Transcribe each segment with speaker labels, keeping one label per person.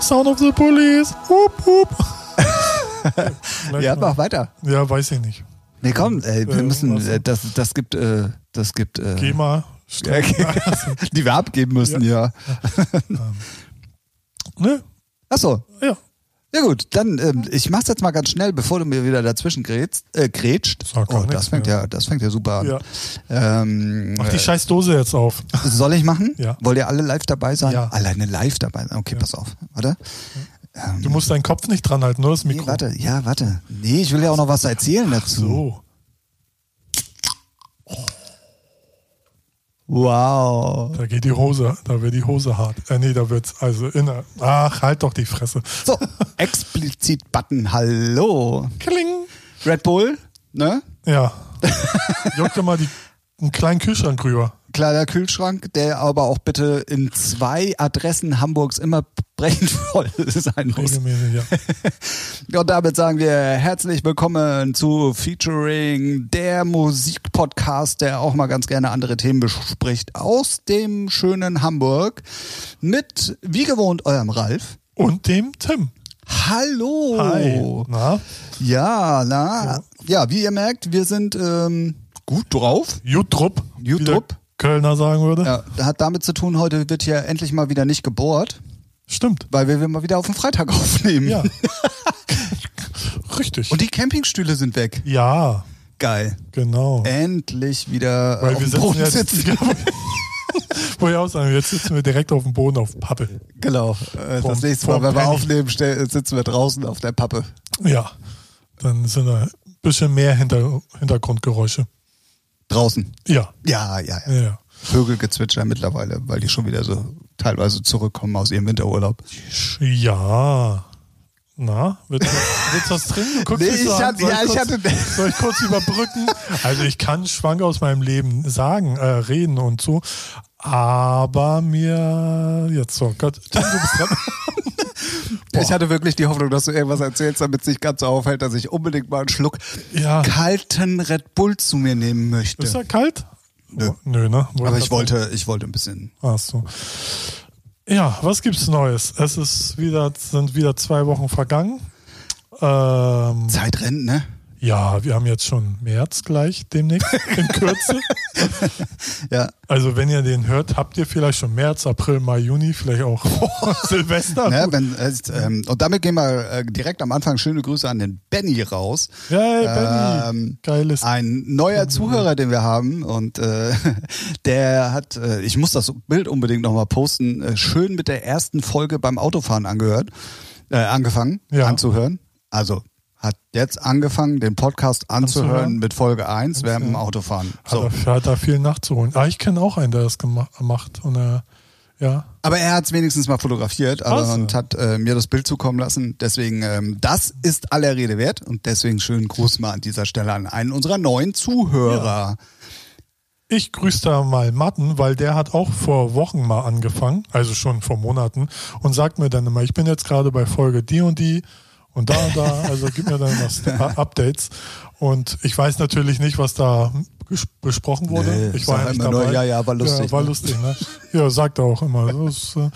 Speaker 1: Sound of the Police. Hup, hup. Vielleicht
Speaker 2: Ja,
Speaker 1: mal.
Speaker 2: mach weiter.
Speaker 1: ja, weiß ich nicht.
Speaker 2: Nee, komm, äh, wir
Speaker 1: Äh,
Speaker 2: müssen,
Speaker 1: was?
Speaker 2: äh, das, das gibt, äh, das gibt, äh,
Speaker 1: GEMA.
Speaker 2: die wir abgeben müssen, ja.
Speaker 1: ne?
Speaker 2: Ach so.
Speaker 1: Ja,
Speaker 2: Ja gut, dann ähm, ich mach's jetzt mal ganz schnell, bevor du mir wieder dazwischen grätscht. Äh, grätscht.
Speaker 1: Sag gar
Speaker 2: oh, das
Speaker 1: nichts
Speaker 2: fängt
Speaker 1: mehr.
Speaker 2: ja, das fängt ja super an.
Speaker 1: Ja.
Speaker 2: Ähm,
Speaker 1: mach die scheiß Dose jetzt auf.
Speaker 2: soll ich machen?
Speaker 1: Ja.
Speaker 2: Wollt ihr alle live dabei sein?
Speaker 1: Ja.
Speaker 2: Alleine live dabei sein. Okay, pass auf. Warte.
Speaker 1: Du musst deinen Kopf nicht dran halten, nur das
Speaker 2: Nee,
Speaker 1: Mikro.
Speaker 2: warte, ja, warte. Nee, ich will ja auch noch was erzählen dazu.
Speaker 1: So.
Speaker 2: Wow.
Speaker 1: Da geht die Hose, da wird die Hose hart. Äh, nee, da wird's also inner. Ach, halt doch die Fresse.
Speaker 2: So, explizit Button, hallo.
Speaker 1: Kling.
Speaker 2: Red Bull, ne?
Speaker 1: Ja. Juckt dir mal die, einen kleinen Kühlschrank rüber.
Speaker 2: Kleiner Kühlschrank, der aber auch bitte in zwei Adressen Hamburgs immer brechend voll sein muss.
Speaker 1: Regelmäßig, ja.
Speaker 2: Und damit sagen wir herzlich willkommen zu Featuring, der Musikpodcast, der auch mal ganz gerne andere Themen bespricht, aus dem schönen Hamburg. Mit, wie gewohnt, eurem Ralf.
Speaker 1: Und dem Tim.
Speaker 2: Hallo! Oh.
Speaker 1: Hi. Na?
Speaker 2: Ja, na, ja, wie ihr merkt, wir sind ähm, gut drauf.
Speaker 1: Jutrup. wie der
Speaker 2: Jutrup.
Speaker 1: Kölner sagen würde.
Speaker 2: Ja, hat damit zu tun, heute wird hier endlich mal wieder nicht gebohrt,
Speaker 1: Stimmt.
Speaker 2: weil wir mal wieder auf den Freitag aufnehmen.
Speaker 1: Ja. Richtig.
Speaker 2: Und die Campingstühle sind weg.
Speaker 1: ja,
Speaker 2: Geil.
Speaker 1: genau.
Speaker 2: Endlich wieder
Speaker 1: Weil wir
Speaker 2: Äh, auf dem
Speaker 1: sitzen
Speaker 2: Boden
Speaker 1: jetzt.
Speaker 2: sitzen.
Speaker 1: Woher aus sagen, jetzt sitzen wir direkt auf dem Boden auf Pappe.
Speaker 2: Genau. Äh,
Speaker 1: Vom-
Speaker 2: das nächste
Speaker 1: vom
Speaker 2: Mal, wenn wir
Speaker 1: Penny.
Speaker 2: aufnehmen, stell, sitzen wir draußen auf der Pappe.
Speaker 1: Ja. Dann sind da ein bisschen mehr Hinter Hintergrundgeräusche.
Speaker 2: Draußen.
Speaker 1: Ja.
Speaker 2: Ja, ja, ja.
Speaker 1: Ja, ja.
Speaker 2: Vögelgezwitscher mittlerweile, weil die schon wieder so teilweise zurückkommen aus ihrem Winterurlaub.
Speaker 1: Ja. Na, willst du, willst du was trinken? Du guckst
Speaker 2: Nee,
Speaker 1: mich so
Speaker 2: ich
Speaker 1: an.
Speaker 2: hab-
Speaker 1: soll,
Speaker 2: ja, ich
Speaker 1: kurz,
Speaker 2: hatte-
Speaker 1: soll ich kurz überbrücken? Also ich kann Schwank aus meinem Leben sagen, äh, reden und so, aber mir jetzt so, Gott, Tim, du bist dran. Boah.
Speaker 2: Ich hatte wirklich die Hoffnung, dass du irgendwas erzählst, damit es nicht ganz so aufhält, dass ich unbedingt mal einen Schluck
Speaker 1: Ja.
Speaker 2: kalten Red Bull zu mir nehmen möchte.
Speaker 1: Ist er kalt?
Speaker 2: Nö.
Speaker 1: Nö, ne? Wollte
Speaker 2: Aber ich
Speaker 1: grad
Speaker 2: wollte, ich wollte ein bisschen.
Speaker 1: sagen. Ach so. Ja, was gibt's Neues? Es ist wieder, sind wieder zwei Wochen vergangen. Ähm,
Speaker 2: Zeit rennt, ne?
Speaker 1: ja, wir haben jetzt schon März gleich demnächst in Kürze.
Speaker 2: Ja.
Speaker 1: Also wenn ihr den hört, habt ihr vielleicht schon März, April, Mai, Juni, vielleicht auch Silvester.
Speaker 2: Ne, wenn, äh, ähm, und damit gehen wir äh, direkt am Anfang schöne Grüße an den Benny raus.
Speaker 1: Hey, Benny,
Speaker 2: Ähm,
Speaker 1: geiles.
Speaker 2: Ein neuer Zuhörer, den wir haben und äh, der hat, äh, ich muss das Bild unbedingt nochmal posten, äh, schön mit der ersten Folge beim Autofahren angehört, äh, angefangen
Speaker 1: Ja.
Speaker 2: anzuhören. Also hat jetzt angefangen, den Podcast anzuhören,
Speaker 1: Anzuhören.
Speaker 2: mit Folge 1 während dem Autofahren. So.
Speaker 1: Hat, er, hat er viel nachzuholen. Ah, ich kenne auch einen, der das gema- macht. Und äh, ja,
Speaker 2: Aber er hat es wenigstens mal fotografiert aber,
Speaker 1: Ach so.
Speaker 2: und hat äh, mir das Bild zukommen lassen. Deswegen, ähm, das ist aller Rede wert und deswegen schönen Gruß mal an dieser Stelle an einen unserer neuen Zuhörer.
Speaker 1: ich grüße da mal Matten, weil der hat auch vor Wochen mal angefangen, also schon vor Monaten, und sagt mir dann immer, ich bin jetzt gerade bei Folge die und die und da und da, also gib mir dann was A- Updates. Und ich weiß natürlich nicht, was da ges- besprochen wurde.
Speaker 2: Nee,
Speaker 1: ich war
Speaker 2: sag
Speaker 1: ja nicht
Speaker 2: immer nur,
Speaker 1: dabei.
Speaker 2: ja, ja, war lustig,
Speaker 1: war
Speaker 2: ne?
Speaker 1: lustig, ne? Ja, sagt er auch immer. Das, ist, äh,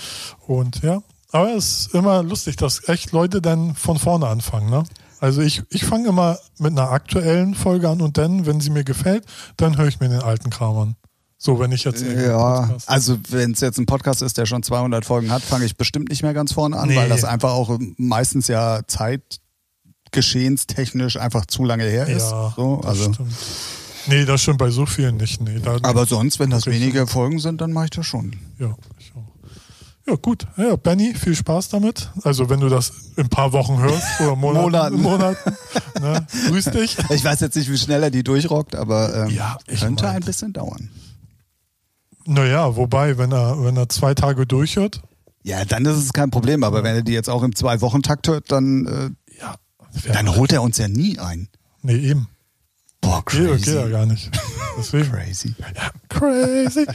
Speaker 1: und ja, aber es ist immer lustig, dass echt Leute dann von vorne anfangen, ne? Also ich, ich fange immer mit einer aktuellen Folge an und dann, wenn sie mir gefällt, dann höre ich mir den alten Kram an. So, wenn ich jetzt irgendeinen
Speaker 2: Ja,
Speaker 1: Podcast-
Speaker 2: also wenn es jetzt ein Podcast ist, der schon 200 Folgen hat, fange ich bestimmt nicht mehr ganz vorne an,
Speaker 1: Nee.
Speaker 2: weil das einfach auch meistens ja zeitgeschehenstechnisch einfach zu lange her ist.
Speaker 1: ja,
Speaker 2: so,
Speaker 1: das
Speaker 2: also.
Speaker 1: stimmt. Nee, das stimmt bei so vielen nicht. Nee, da,
Speaker 2: Aber sonst, wenn das
Speaker 1: Wirklich.
Speaker 2: weniger Folgen sind, dann mache ich das schon.
Speaker 1: ja, ich auch. Ja, gut. Ja, Benny, viel Spaß damit. Also, wenn du das in ein paar Wochen hörst oder Monaten.
Speaker 2: Monaten.
Speaker 1: Monaten ne? Grüß dich.
Speaker 2: Ich weiß jetzt nicht, wie schnell er die durchrockt, aber ähm,
Speaker 1: Ja, ich
Speaker 2: könnte
Speaker 1: mein-
Speaker 2: ein bisschen dauern.
Speaker 1: Naja, wobei, wenn er, wenn er zwei Tage durchhört,
Speaker 2: Ja, dann ist es kein Problem, aber wenn er die jetzt auch im Zwei-Wochen-Takt hört, dann, äh,
Speaker 1: ja,
Speaker 2: dann holt er uns ja nie ein.
Speaker 1: Nee, eben.
Speaker 2: Boah,
Speaker 1: Geht, geht ja
Speaker 2: crazy.
Speaker 1: gar nicht. Deswegen.
Speaker 2: Crazy.
Speaker 1: Crazy.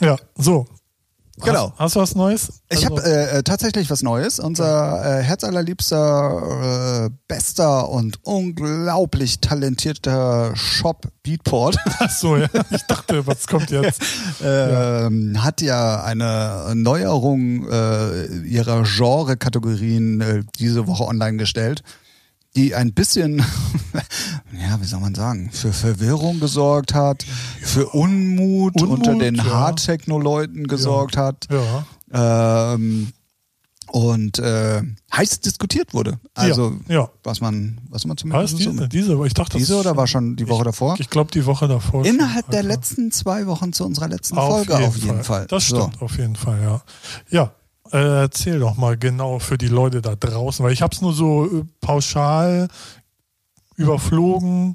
Speaker 1: ja, so.
Speaker 2: Genau.
Speaker 1: Hast, hast du was Neues?
Speaker 2: Ich
Speaker 1: Also,
Speaker 2: habe äh, äh, tatsächlich was Neues. Unser äh, herzallerliebster, äh, bester und unglaublich talentierter Shop Beatport
Speaker 1: Ach so, ja. Ich dachte, was kommt jetzt?
Speaker 2: ähm, hat ja eine Neuerung äh, ihrer Genre-Kategorien äh, diese Woche online gestellt, die ein bisschen, ja, wie soll man sagen, für Verwirrung gesorgt hat, für Unmut,
Speaker 1: Unmut,
Speaker 2: unter den
Speaker 1: ja.
Speaker 2: Hardtechno-Leuten gesorgt hat
Speaker 1: Ja.
Speaker 2: ähm, und äh, heiß diskutiert wurde. Also
Speaker 1: ja. ja.
Speaker 2: was man, was man
Speaker 1: War es
Speaker 2: zumindest so
Speaker 1: diese? diese? Aber Ich dachte, das
Speaker 2: diese oder war schon die Woche davor?
Speaker 1: Ich glaube, die Woche davor. schon.
Speaker 2: Innerhalb der
Speaker 1: Also,
Speaker 2: letzten zwei Wochen zu unserer letzten Folge auf jeden Fall.
Speaker 1: Das stimmt, auf jeden Fall, ja. Ja, äh, erzähl doch mal genau für die Leute da draußen, weil ich habe es nur so äh, pauschal überflogen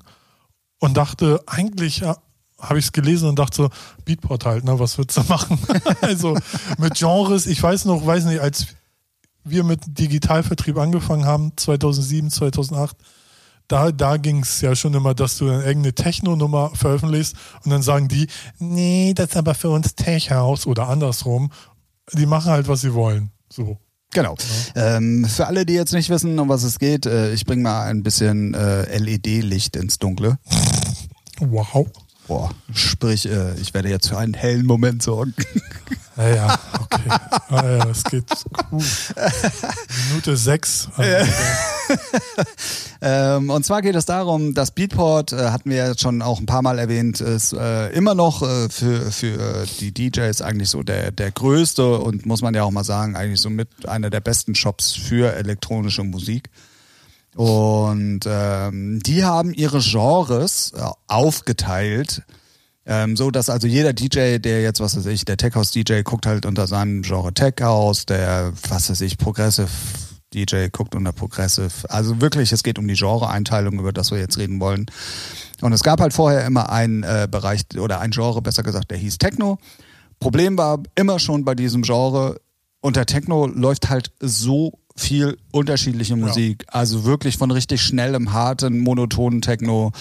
Speaker 1: und dachte, eigentlich ja, habe ich es gelesen und dachte so, Beatport halt, ne, was willst du machen? also mit Genres, ich weiß noch, weiß nicht, als wir mit Digitalvertrieb angefangen haben, 2007, 2008, da, da ging es ja schon immer, dass du eine eigene Techno-Nummer veröffentlichst und dann sagen die, nee, das ist aber für uns Tech House oder andersrum. Die machen halt, was sie wollen. So.
Speaker 2: Genau. Ähm, für alle, die jetzt nicht wissen, um was es geht, äh, ich bringe mal ein bisschen äh, LED-Licht ins Dunkle.
Speaker 1: Wow.
Speaker 2: Boah, sprich, äh, ich werde jetzt für einen hellen Moment sorgen.
Speaker 1: Naja, okay. Ah, ja, es geht cool. Minute sechs. Also,
Speaker 2: Ähm, und zwar geht es darum, dass Beatport, äh, hatten wir jetzt schon auch ein paar Mal erwähnt, ist äh, immer noch äh, für, für äh, die DJs eigentlich so der, der größte und muss man ja auch mal sagen, eigentlich so mit einer der besten Shops für elektronische Musik. Und ähm, die haben ihre Genres äh, aufgeteilt, ähm, so dass also jeder DJ, der jetzt, was weiß ich, der Tech House DJ guckt halt unter seinem Genre Tech House, der, was weiß ich, Progressive DJ guckt unter Progressive. Also wirklich, es geht um die Genre-Einteilung, über das wir jetzt reden wollen. Und es gab halt vorher immer einen äh, Bereich oder ein Genre, besser gesagt, der hieß Techno. Problem war immer schon bei diesem Genre, unter Techno läuft halt so viel unterschiedliche Musik. Also wirklich von richtig schnellem, harten, monotonen Techno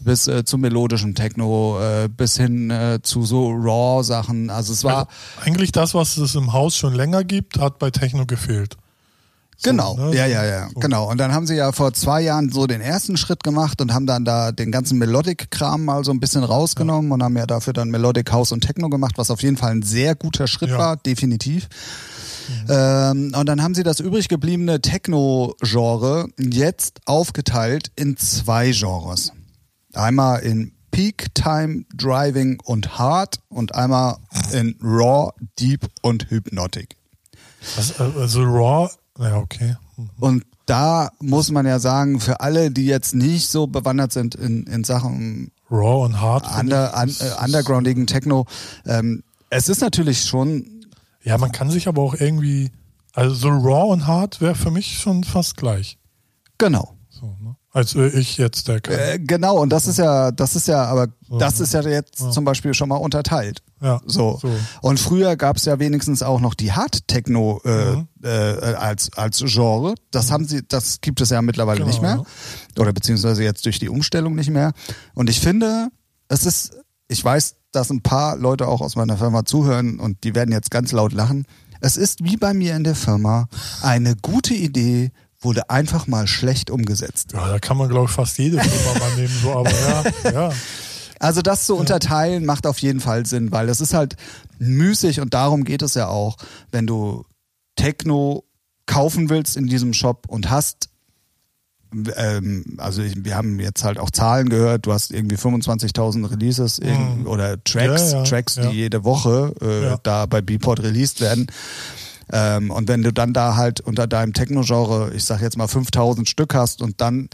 Speaker 2: bis äh, zu melodischem Techno, äh, bis hin äh, zu so Raw-Sachen. Also es war,
Speaker 1: eigentlich das, was es im Haus schon länger gibt, hat bei Techno gefehlt. So,
Speaker 2: genau,
Speaker 1: ne?
Speaker 2: ja, ja, ja,
Speaker 1: So.
Speaker 2: genau. Und dann haben sie ja vor zwei Jahren so den ersten Schritt gemacht und haben dann da den ganzen Melodic-Kram mal so ein bisschen rausgenommen und haben ja dafür dann Melodic House und Techno gemacht, was auf jeden Fall ein sehr guter Schritt
Speaker 1: Ja. Mhm.
Speaker 2: war, definitiv. Ähm, und dann haben sie das übrig gebliebene Techno-Genre jetzt aufgeteilt in zwei Genres. Einmal in Peak Time Driving und Hard und einmal in Raw, Deep und Hypnotic.
Speaker 1: Das, also Raw, ja, okay. Hm.
Speaker 2: Und da muss man ja sagen, für alle, die jetzt nicht so bewandert sind in, in Sachen
Speaker 1: Raw und Hard. finde
Speaker 2: under, un, äh, undergroundigen Techno, ähm, es ist natürlich schon,
Speaker 1: ich. Ja, man kann sich aber auch irgendwie. Also so Raw und Hard wäre für mich schon fast gleich.
Speaker 2: genau.
Speaker 1: So, ne? Als äh, ich jetzt der kann.
Speaker 2: Äh, genau, und das ist ja, das ist ja, aber das ist ja jetzt
Speaker 1: Ja.
Speaker 2: zum Beispiel schon mal unterteilt.
Speaker 1: ja.
Speaker 2: So.
Speaker 1: So.
Speaker 2: Und früher gab es ja wenigstens auch noch die Hard Techno äh,
Speaker 1: Mhm.
Speaker 2: äh, als, als Genre. Das haben sie, das gibt es ja mittlerweile
Speaker 1: Genau,
Speaker 2: nicht mehr. Oder beziehungsweise jetzt durch die Umstellung nicht mehr. Und ich finde, es ist, ich weiß, dass ein paar Leute auch aus meiner Firma zuhören und die werden jetzt ganz laut lachen. Es ist wie bei mir in der Firma, eine gute Idee wurde einfach mal schlecht umgesetzt.
Speaker 1: Ja, da kann man, glaube ich, fast jede Firma mal nehmen. So, aber ja, ja.
Speaker 2: Also das zu unterteilen macht auf jeden Fall Sinn, weil das ist halt müßig und darum geht es ja auch, wenn du Techno kaufen willst in diesem Shop und hast, ähm, also ich, wir haben jetzt halt auch Zahlen gehört, du hast irgendwie 25.000 Releases irgend- oder Tracks,
Speaker 1: Mhm. Ja, ja,
Speaker 2: Tracks, die
Speaker 1: ja.
Speaker 2: jede Woche äh,
Speaker 1: Ja.
Speaker 2: da bei Beatport released werden. Ähm, und wenn du dann da halt unter deinem Techno-Genre, ich sag jetzt mal 5000 Stück hast und dann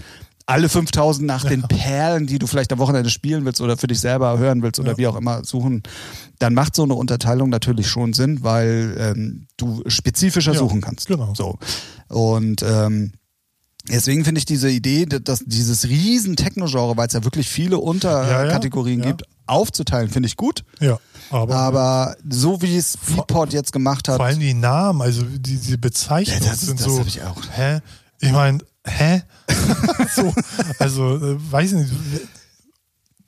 Speaker 2: alle 5000 nach den Perlen, die du vielleicht am Wochenende spielen willst oder für dich selber hören willst oder
Speaker 1: Ja.
Speaker 2: wie auch immer suchen, dann macht so eine Unterteilung natürlich schon Sinn, weil ähm, du spezifischer
Speaker 1: Ja,
Speaker 2: suchen kannst.
Speaker 1: genau.
Speaker 2: So. Und ähm, deswegen finde ich diese Idee, dass dass dieses riesen Techno-Genre, weil es ja wirklich viele
Speaker 1: Ja, ja,
Speaker 2: Unterkategorien
Speaker 1: ja.
Speaker 2: gibt, aufzuteilen, finde ich gut.
Speaker 1: ja. Aber,
Speaker 2: Aber so wie es Beatport jetzt gemacht hat,
Speaker 1: vor allem die Namen, also die, die Bezeichnungen
Speaker 2: Ja, das-
Speaker 1: sind
Speaker 2: das
Speaker 1: so.
Speaker 2: hab ich auch.
Speaker 1: Hä? Ich meine, hä? so, also, äh, weiß nicht.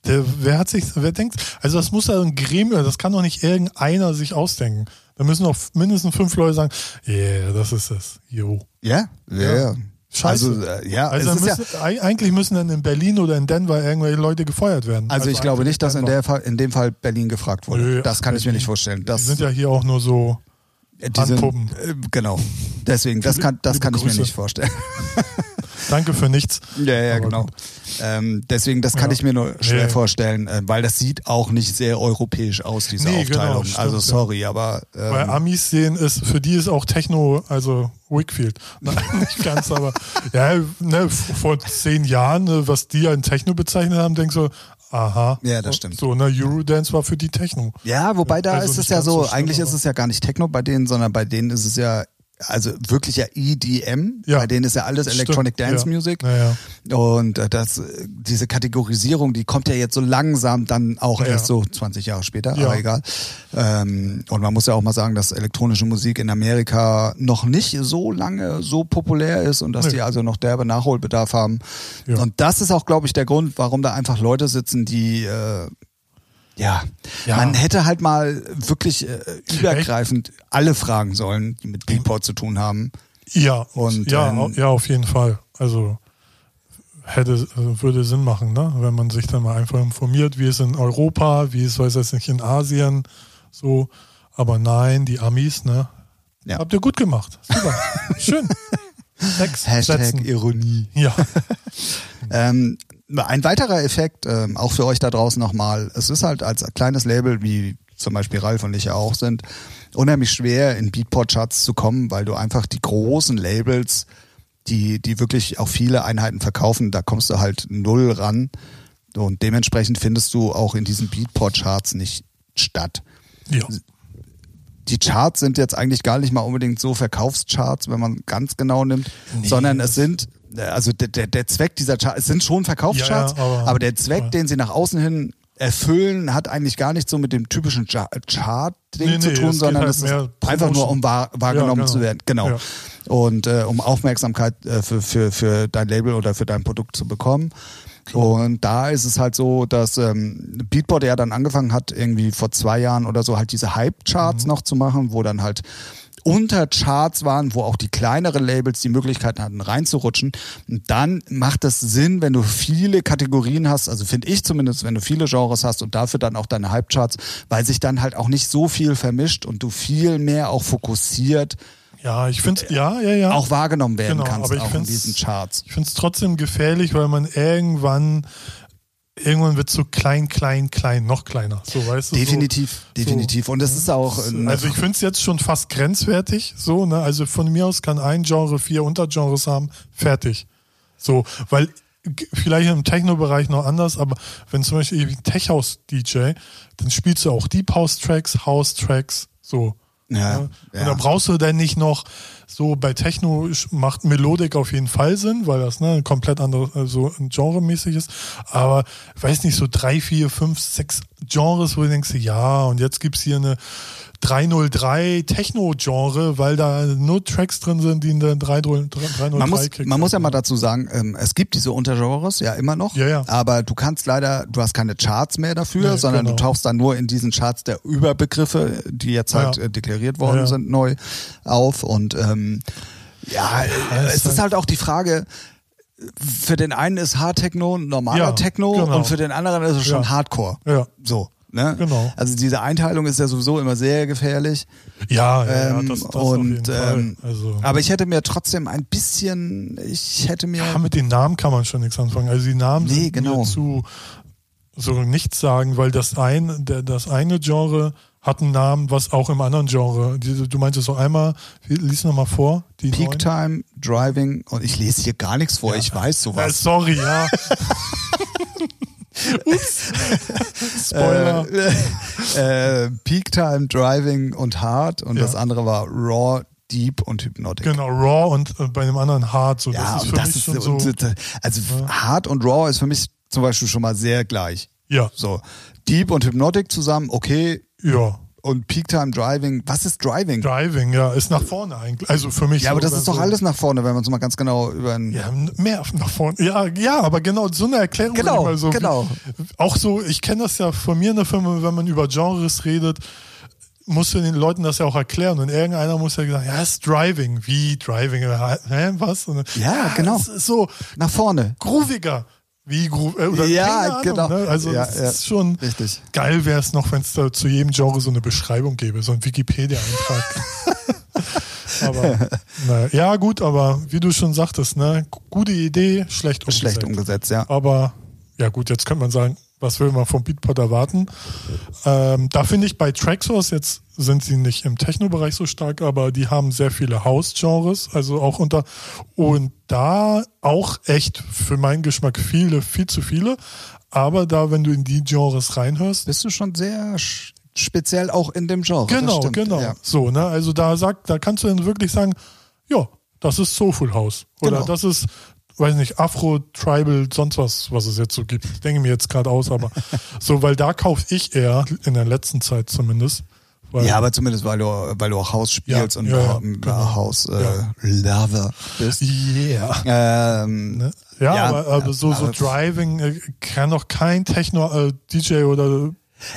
Speaker 1: Der, wer hat sich, wer denkt, also das muss ja ein Gremium, das kann doch nicht irgendeiner sich ausdenken. Da müssen noch mindestens fünf Leute sagen, yeah, das ist es. Jo.
Speaker 2: Ja, ja. ja.
Speaker 1: Scheiße.
Speaker 2: Also, äh, ja,
Speaker 1: Also
Speaker 2: es ist
Speaker 1: dann
Speaker 2: ja,
Speaker 1: müssen, eig- eigentlich müssen dann in Berlin oder in Denver irgendwelche Leute gefeuert werden.
Speaker 2: also ich glaube
Speaker 1: eigentlich
Speaker 2: nicht, dass in,
Speaker 1: Denver.
Speaker 2: der Fall, in dem Fall Berlin gefragt wurde.
Speaker 1: Nö,
Speaker 2: das kann ich mir
Speaker 1: Berlin-
Speaker 2: nicht vorstellen. Das,
Speaker 1: Die sind ja hier auch nur so.
Speaker 2: die sind-
Speaker 1: Handpuppen.
Speaker 2: äh, genau. Deswegen, das kann, das
Speaker 1: Liebe
Speaker 2: kann ich mir
Speaker 1: Grüße.
Speaker 2: nicht vorstellen.
Speaker 1: Danke für nichts.
Speaker 2: Ja, ja,
Speaker 1: Aber
Speaker 2: genau.
Speaker 1: gut.
Speaker 2: Ähm, deswegen, das kann
Speaker 1: Ja.
Speaker 2: ich mir nur schwer
Speaker 1: Nee.
Speaker 2: vorstellen, äh, weil das sieht auch nicht sehr europäisch aus, diese
Speaker 1: Nee, genau,
Speaker 2: Aufteilung.
Speaker 1: stimmt,
Speaker 2: also
Speaker 1: ja.
Speaker 2: sorry, aber
Speaker 1: Weil
Speaker 2: ähm,
Speaker 1: Amis sehen ist, für die ist auch Techno, also Wakefield. Nein, nicht ganz, aber ja, ne, v- vor zehn Jahren, ne, was die in Techno bezeichnet haben, denkst du, aha.
Speaker 2: Ja, das stimmt.
Speaker 1: So, ne, Eurodance war für die Techno.
Speaker 2: ja, wobei da
Speaker 1: Also
Speaker 2: ist es
Speaker 1: nicht
Speaker 2: ja
Speaker 1: ganz
Speaker 2: so,
Speaker 1: so schlimm,
Speaker 2: eigentlich ist
Speaker 1: aber-
Speaker 2: es ja gar nicht Techno bei denen, sondern bei denen ist es ja, also wirklich ja EDM,
Speaker 1: Ja.
Speaker 2: bei denen ist ja alles Electronic
Speaker 1: Stimmt,
Speaker 2: Dance
Speaker 1: ja.
Speaker 2: Music.
Speaker 1: Naja.
Speaker 2: Und äh, das, äh, diese Kategorisierung, die kommt ja jetzt so langsam dann auch
Speaker 1: Ja.
Speaker 2: erst so 20 Jahre später,
Speaker 1: Ja.
Speaker 2: aber egal. Ähm, und man muss ja auch mal sagen, dass elektronische Musik in Amerika noch nicht so lange so populär ist und dass
Speaker 1: Nö.
Speaker 2: die also noch derbe Nachholbedarf haben.
Speaker 1: Ja.
Speaker 2: Und das ist auch, glaube ich, der Grund, warum da einfach Leute sitzen, die äh, ja.
Speaker 1: Ja.
Speaker 2: man hätte halt mal wirklich äh, übergreifend alle fragen sollen, die mit Beatport zu tun haben.
Speaker 1: Ja,
Speaker 2: Und,
Speaker 1: ja,
Speaker 2: ähm,
Speaker 1: au- ja, auf jeden Fall. Also hätte also würde Sinn machen, ne? wenn man sich dann mal einfach informiert, wie es in Europa, wie es weiß jetzt nicht in Asien, so. Aber nein, die Amis, ne?
Speaker 2: Ja.
Speaker 1: Habt ihr gut gemacht. Super. Schön. Sechs
Speaker 2: Hashtag
Speaker 1: Sätzen.
Speaker 2: Ironie.
Speaker 1: Ja.
Speaker 2: Ähm, ein weiterer Effekt, ähm, auch für euch da draußen nochmal, es ist halt als kleines Label, wie zum Beispiel Ralf und ich ja auch sind, unheimlich schwer in Beatport-Charts zu kommen, weil du einfach die großen Labels, die, die wirklich auch viele Einheiten verkaufen, da kommst du halt null ran. Und dementsprechend findest du auch in diesen Beatport-Charts nicht statt
Speaker 1: ja.
Speaker 2: die Charts sind jetzt eigentlich gar nicht mal unbedingt so Verkaufscharts, wenn man ganz genau nimmt,
Speaker 1: Nee,
Speaker 2: sondern es
Speaker 1: das-
Speaker 2: sind, also der, der, der Zweck dieser Charts, es sind schon Verkaufscharts,
Speaker 1: Ja, ja, aber-
Speaker 2: aber, der Zweck,
Speaker 1: aber-
Speaker 2: den sie nach außen hin erfüllen, hat eigentlich gar nicht so mit dem typischen Cha- Chart-Ding
Speaker 1: Nee,
Speaker 2: zu
Speaker 1: nee,
Speaker 2: tun,
Speaker 1: es geht
Speaker 2: sondern
Speaker 1: halt
Speaker 2: es ist
Speaker 1: mehr
Speaker 2: einfach nur, um wahr, wahrgenommen
Speaker 1: Ja, genau.
Speaker 2: zu werden. Genau.
Speaker 1: Ja.
Speaker 2: Und äh, um Aufmerksamkeit äh, für, für, für dein Label oder für dein Produkt zu bekommen. Und da ist es halt so, dass ähm, Beatport ja dann angefangen hat, irgendwie vor zwei Jahren oder so halt diese Hype-Charts noch zu machen, wo dann halt Untercharts waren, wo auch die kleineren Labels die Möglichkeit hatten, reinzurutschen. Und dann macht es Sinn, wenn du viele Kategorien hast, also finde ich zumindest, wenn du viele Genres hast und dafür dann auch deine Hype-Charts, weil sich dann halt auch nicht so viel vermischt und du viel mehr auch fokussiert
Speaker 1: Ja, ich finde ja, ja, ja.
Speaker 2: Äh, auch wahrgenommen werden
Speaker 1: Genau,
Speaker 2: kannst,
Speaker 1: aber ich
Speaker 2: auch in
Speaker 1: find's-
Speaker 2: diesen Charts.
Speaker 1: Ich finde es trotzdem gefährlich, weil man irgendwann, irgendwann wird so klein, klein, klein, noch kleiner. So, weißt du? So,
Speaker 2: Definitiv, definitiv. Und das ist auch. äh,
Speaker 1: Also ich finde es jetzt schon fast grenzwertig, so, ne? Also von mir aus kann ein Genre vier Untergenres haben, fertig. So, weil g- vielleicht im Techno-Bereich noch anders, aber wenn zum Beispiel ich bin Tech-House-DJ, dann spielst du auch Deep House-Tracks, House-Tracks, so.
Speaker 2: Ja,
Speaker 1: ne?
Speaker 2: ja.
Speaker 1: Und da brauchst du dann nicht noch so bei Techno sch- macht Melodik auf jeden Fall Sinn, weil das ne komplett anderes, also genremäßig ist. Aber weiß nicht, so drei, vier, fünf, sechs Genres, wo du denkst, ja, und jetzt gibt's hier eine 303 Techno-Genre, weil da nur Tracks drin sind, die in der 303
Speaker 2: man muss,
Speaker 1: Kick
Speaker 2: man muss ja mal dazu sagen, ähm, es gibt diese Untergenres ja immer noch,
Speaker 1: Ja, ja.
Speaker 2: aber du kannst leider, du hast keine Charts mehr dafür,
Speaker 1: Nee,
Speaker 2: sondern
Speaker 1: genau.
Speaker 2: du tauchst dann nur in diesen Charts der Überbegriffe, die jetzt halt
Speaker 1: Ja.
Speaker 2: äh, deklariert worden
Speaker 1: Ja, ja.
Speaker 2: sind, neu auf. Und ähm, ja, äh,
Speaker 1: es
Speaker 2: es ist
Speaker 1: ist-
Speaker 2: halt auch die Frage, für den einen ist Hard Techno normaler
Speaker 1: Ja,
Speaker 2: Techno
Speaker 1: genau.
Speaker 2: und für den anderen ist es schon
Speaker 1: Ja.
Speaker 2: Hardcore.
Speaker 1: Ja.
Speaker 2: So. Ne?
Speaker 1: Genau.
Speaker 2: Also diese Einteilung ist ja sowieso immer sehr gefährlich.
Speaker 1: Ja, ja, ja
Speaker 2: Ähm,
Speaker 1: das, das auf jeden
Speaker 2: und
Speaker 1: Fall.
Speaker 2: ähm,
Speaker 1: Also,
Speaker 2: aber ich hätte mir trotzdem ein bisschen, ich hätte mir
Speaker 1: ja, Ah, mit den Namen kann man schon nichts anfangen. Also die Namen
Speaker 2: Nee,
Speaker 1: sind
Speaker 2: genau.
Speaker 1: mir zu so nichts sagen, weil das ein, der, das eine Genre hat einen Namen, was auch im anderen Genre. Die, du meintest so einmal, lies nochmal vor, die
Speaker 2: Peak
Speaker 1: neuen.
Speaker 2: Time, Driving und ich lese hier gar nichts vor, ich weiß
Speaker 1: Äh,
Speaker 2: sowas.
Speaker 1: sorry, ja. Ups. Spoiler.
Speaker 2: Äh, äh, Peak Time, Driving und Hard und
Speaker 1: Ja.
Speaker 2: das andere war Raw, Deep und Hypnotic.
Speaker 1: Genau, Raw und äh, bei dem anderen Hard. So,
Speaker 2: Ja,
Speaker 1: das ist
Speaker 2: und
Speaker 1: für
Speaker 2: das
Speaker 1: mich
Speaker 2: ist
Speaker 1: schon so.
Speaker 2: und, äh, also Hard und Raw ist für mich zum Beispiel schon mal sehr gleich.
Speaker 1: ja,
Speaker 2: So Deep und Hypnotic zusammen, okay.
Speaker 1: ja.
Speaker 2: Und Peak Time, Driving, was ist Driving?
Speaker 1: Driving, ja, ist nach vorne eigentlich. Also für mich.
Speaker 2: Ja, aber
Speaker 1: so
Speaker 2: das ist
Speaker 1: oder
Speaker 2: doch
Speaker 1: so.
Speaker 2: alles nach vorne, wenn man es mal ganz genau über ein
Speaker 1: Ja, mehr nach vorne. Ja, ja, aber genau so eine Erklärung.
Speaker 2: Genau,
Speaker 1: manchmal so,
Speaker 2: genau.
Speaker 1: ne, Auch so, ich kenne das ja von mir in der Firma, wenn man über Genres redet. musst du den Leuten das ja auch erklären. Und irgendeiner muss ja sagen, ja, es ist Driving. Wie Driving? Hä, was? Und,
Speaker 2: Ja, genau.
Speaker 1: Es ist so
Speaker 2: Nach vorne.
Speaker 1: grooviger. Wie groove, äh, oder
Speaker 2: Ja,
Speaker 1: keine Ahnung,
Speaker 2: genau.
Speaker 1: Ne? Also
Speaker 2: Ja,
Speaker 1: es
Speaker 2: ja.
Speaker 1: ist schon
Speaker 2: Richtig.
Speaker 1: geil wäre es noch, wenn es da zu jedem Genre so eine Beschreibung gäbe, so ein Wikipedia-Eintrag. aber naja, ja gut, aber wie du schon sagtest, ne, g- gute Idee, schlecht umgesetzt.
Speaker 2: Schlecht um-, umgesetzt, ja.
Speaker 1: Aber ja gut, jetzt könnte man sagen, was will man vom Beatpod erwarten? Ähm, da finde ich bei Tracksource, jetzt sind sie nicht im Techno-Bereich so stark, aber die haben sehr viele House-Genres, also auch unter und da auch echt für meinen Geschmack viele, viel zu viele. Aber da, wenn du in die Genres reinhörst,
Speaker 2: Bist du schon sehr sch- speziell auch in dem Genre. das
Speaker 1: Genau,
Speaker 2: stimmt,
Speaker 1: genau.
Speaker 2: Ja.
Speaker 1: So, ne? Also da sagt, da kannst du dann wirklich sagen, ja, das ist Soulful House. Oder
Speaker 2: Genau.
Speaker 1: das ist, weiß nicht, Afro, Tribal, sonst was, was es jetzt so gibt. Ich denke mir jetzt gerade aus, aber so, weil da kaufe ich eher, in der letzten Zeit zumindest. Weil,
Speaker 2: ja, aber zumindest, weil du, weil du auch Haus spielst
Speaker 1: Ja,
Speaker 2: und
Speaker 1: ja, ja,
Speaker 2: äh,
Speaker 1: genau. Ja.
Speaker 2: Haus-Lover bist.
Speaker 1: Yeah.
Speaker 2: Ähm,
Speaker 1: Ne? Ja,
Speaker 2: Ja,
Speaker 1: aber, aber so, so
Speaker 2: aber-
Speaker 1: Driving äh, kann doch kein Techno-DJ oder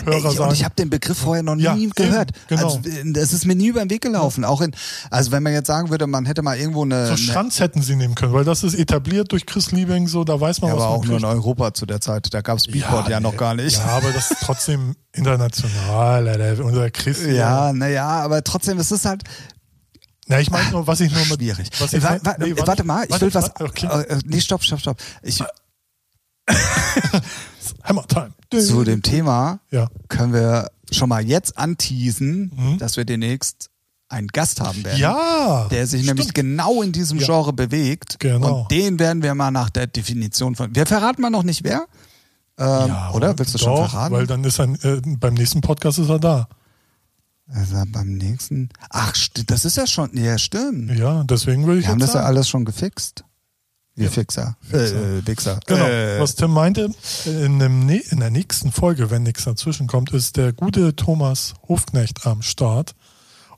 Speaker 1: Hörer
Speaker 2: Ey,
Speaker 1: sagen.
Speaker 2: und ich habe den Begriff vorher noch nie
Speaker 1: Ja, eben,
Speaker 2: gehört.
Speaker 1: genau.
Speaker 2: Also, äh, es ist mir nie über den Weg gelaufen. Auch in, also wenn man jetzt sagen würde, man hätte mal irgendwo eine,
Speaker 1: so
Speaker 2: eine
Speaker 1: Schranz hätten sie nehmen können, weil das ist etabliert durch Chris Liebing, so da weiß man,
Speaker 2: ja,
Speaker 1: was
Speaker 2: aber
Speaker 1: man
Speaker 2: auch nur
Speaker 1: kriegt.
Speaker 2: in Europa zu der Zeit. Da gab es Beatport ja,
Speaker 1: nee.
Speaker 2: noch gar nicht.
Speaker 1: Ja, aber das ist trotzdem international, Alter. unser Chris.
Speaker 2: Ja, naja, aber trotzdem, es ist halt
Speaker 1: Na, ich meine nur, was ich nur mit.
Speaker 2: schwierig.
Speaker 1: Was ich
Speaker 2: Wa-
Speaker 1: mein-
Speaker 2: wa-
Speaker 1: nee,
Speaker 2: warte, mal, ich will was.
Speaker 1: Okay. Ah,
Speaker 2: äh, nee, stopp, stopp, stopp. Ich,
Speaker 1: Hammer Time.
Speaker 2: zu dem Thema
Speaker 1: Ja.
Speaker 2: können wir schon mal jetzt anteasen, dass wir demnächst einen Gast haben werden.
Speaker 1: Mhm. Ja.
Speaker 2: Der sich nämlich genau in diesem
Speaker 1: Ja.
Speaker 2: Genre bewegt.
Speaker 1: Genau.
Speaker 2: Und den werden wir mal nach der Definition von. Wir verraten mal noch nicht wer. Ähm,
Speaker 1: Ja,
Speaker 2: oder? Willst du schon
Speaker 1: doch,
Speaker 2: verraten?
Speaker 1: Weil dann ist er äh, beim nächsten Podcast ist er da.
Speaker 2: also beim nächsten. Ach, sti- das ist ja schon. Ja, stimmt.
Speaker 1: Ja, deswegen würde ich
Speaker 2: Wir haben
Speaker 1: jetzt
Speaker 2: das ja
Speaker 1: sagen.
Speaker 2: alles schon gefixt. Wir Fixer. Äh, äh, Wichser.
Speaker 1: Genau.
Speaker 2: Äh,
Speaker 1: Was Tim meinte, in, dem, nä- in der nächsten Folge, wenn nichts dazwischen kommt, ist der gute Thomas Hofknecht am Start.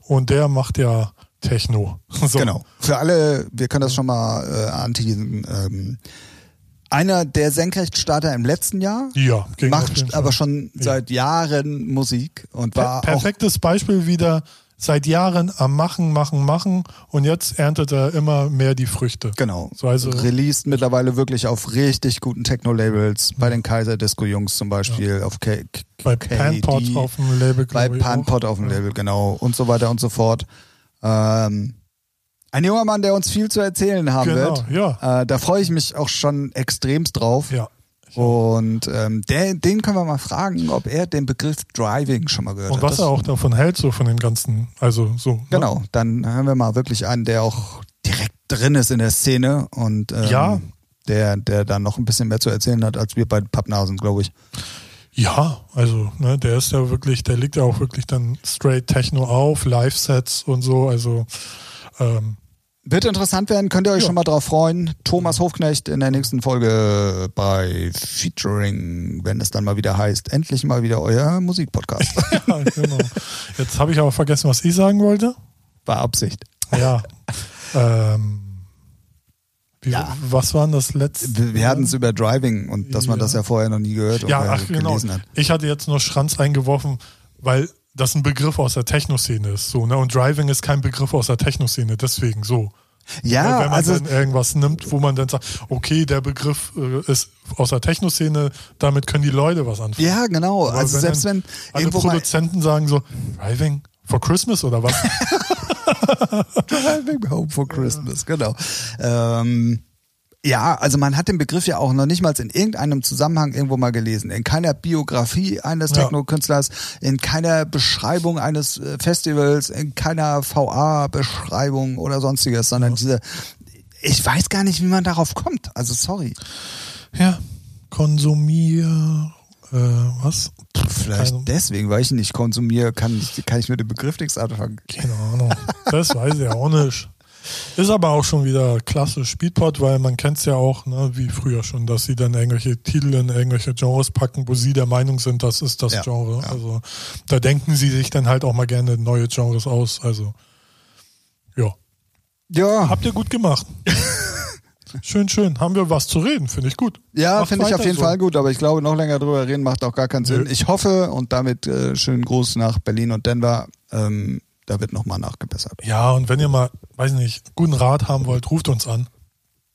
Speaker 1: Und der macht ja Techno. So.
Speaker 2: Genau. Für alle, wir können das schon mal äh, anteasen. Ähm, einer der Senkrechtstarter im letzten Jahr
Speaker 1: Ja, ging auf jeden
Speaker 2: macht
Speaker 1: Fall.
Speaker 2: aber schon
Speaker 1: Ja.
Speaker 2: seit Jahren Musik und war auch
Speaker 1: Perfektes Beispiel wieder seit Jahren am Machen, Machen, Machen und jetzt erntet er immer mehr die Früchte.
Speaker 2: Genau.
Speaker 1: So, also-
Speaker 2: Released mittlerweile wirklich auf richtig guten Techno-Labels, bei den Kaiser Disco-Jungs zum Beispiel, auf K K
Speaker 1: Bei
Speaker 2: KD,
Speaker 1: Panpot auf dem Label,
Speaker 2: bei
Speaker 1: glaub ich,
Speaker 2: Panpot auf dem Label, genau, und so weiter und so fort. Ähm, ein junger Mann, der uns viel zu erzählen haben
Speaker 1: Genau,
Speaker 2: wird.
Speaker 1: ja.
Speaker 2: Äh, da freue ich mich auch schon extremst
Speaker 1: auch.
Speaker 2: drauf.
Speaker 1: Ja.
Speaker 2: Und ähm, der, den können wir mal fragen, ob er den Begriff Driving schon mal gehört
Speaker 1: Und
Speaker 2: hat.
Speaker 1: was
Speaker 2: Also Das-
Speaker 1: er auch ne? davon hält, so von dem ganzen, also so. ne?
Speaker 2: Genau, dann hören wir mal wirklich einen, der auch direkt drin ist in der Szene und ähm,
Speaker 1: Ja.
Speaker 2: der, der dann noch ein bisschen mehr zu erzählen hat als wir beiden Pappnasen, glaube ich.
Speaker 1: Ja, also, ne, der ist ja wirklich, der legt ja auch wirklich dann straight Techno auf, Live-Sets und so, also ähm,
Speaker 2: Wird interessant werden, könnt ihr euch
Speaker 1: Ja.
Speaker 2: schon mal drauf freuen. Thomas Hofknecht in der nächsten Folge bei Featuring, wenn es dann mal wieder heißt. Endlich mal wieder euer Musikpodcast.
Speaker 1: ja, genau. Jetzt habe ich aber vergessen, was ich sagen wollte.
Speaker 2: War Absicht.
Speaker 1: Ja. ähm, wie,
Speaker 2: Ja.
Speaker 1: Was waren das letzte?
Speaker 2: Wir, wir hatten es über Driving und dass man
Speaker 1: Ja.
Speaker 2: das ja vorher noch nie gehört
Speaker 1: Ja,
Speaker 2: oder
Speaker 1: ach genau.
Speaker 2: gelesen hat.
Speaker 1: Ich hatte jetzt nur Schranz eingeworfen, weil das ein Begriff aus der Techno-Szene ist. So, ne? Und Driving ist kein Begriff aus der Techno-Szene, deswegen so.
Speaker 2: Ja,
Speaker 1: Weil Wenn man
Speaker 2: also
Speaker 1: dann irgendwas nimmt, wo man dann sagt, okay, der Begriff äh, ist aus der Techno-Szene, damit können die Leute was anfangen.
Speaker 2: ja, genau.
Speaker 1: Aber
Speaker 2: also selbst
Speaker 1: dann
Speaker 2: wenn
Speaker 1: alle
Speaker 2: irgendwo mal
Speaker 1: Produzenten sagen so, Driving for Christmas oder was?
Speaker 2: Driving Home for Christmas, genau. Ähm, ja, also man hat den Begriff ja auch noch nicht mal in irgendeinem Zusammenhang irgendwo mal gelesen. In keiner Biografie eines
Speaker 1: Ja.
Speaker 2: Techno-Künstlers, in keiner Beschreibung eines äh, Festivals, in keiner VA-Beschreibung oder sonstiges, sondern diese. Ich weiß gar nicht, wie man darauf kommt. Also sorry.
Speaker 1: ja, konsumier, äh, was?
Speaker 2: Vielleicht
Speaker 1: Keine-
Speaker 2: deswegen, weil ich ihn nicht konsumiere, kann ich, kann ich mit dem Begriff nichts anfangen.
Speaker 1: Keine Ahnung. Das weiß ich auch nicht. Ist aber auch schon wieder klassisch Speedpod, weil man kennt es ja auch, ne, wie früher schon, dass sie dann irgendwelche Titel in irgendwelche Genres packen, wo sie der Meinung sind, das ist das
Speaker 2: Ja,
Speaker 1: Genre.
Speaker 2: ja.
Speaker 1: Also da denken sie sich dann halt auch mal gerne neue Genres aus. Also ja,
Speaker 2: Ja,
Speaker 1: habt ihr gut gemacht. schön, schön. Haben wir was zu reden, finde ich gut.
Speaker 2: Ja,
Speaker 1: Macht
Speaker 2: finde ich auf
Speaker 1: weiter
Speaker 2: jeden
Speaker 1: so.
Speaker 2: Fall gut, aber ich glaube, noch länger drüber reden macht auch gar keinen Sinn.
Speaker 1: Nö.
Speaker 2: Ich hoffe und damit äh, schönen Gruß nach Berlin und Denver. Ähm, da wird nochmal nachgebessert.
Speaker 1: Ja, und wenn ihr mal, weiß nicht, guten Rat haben wollt, ruft uns an.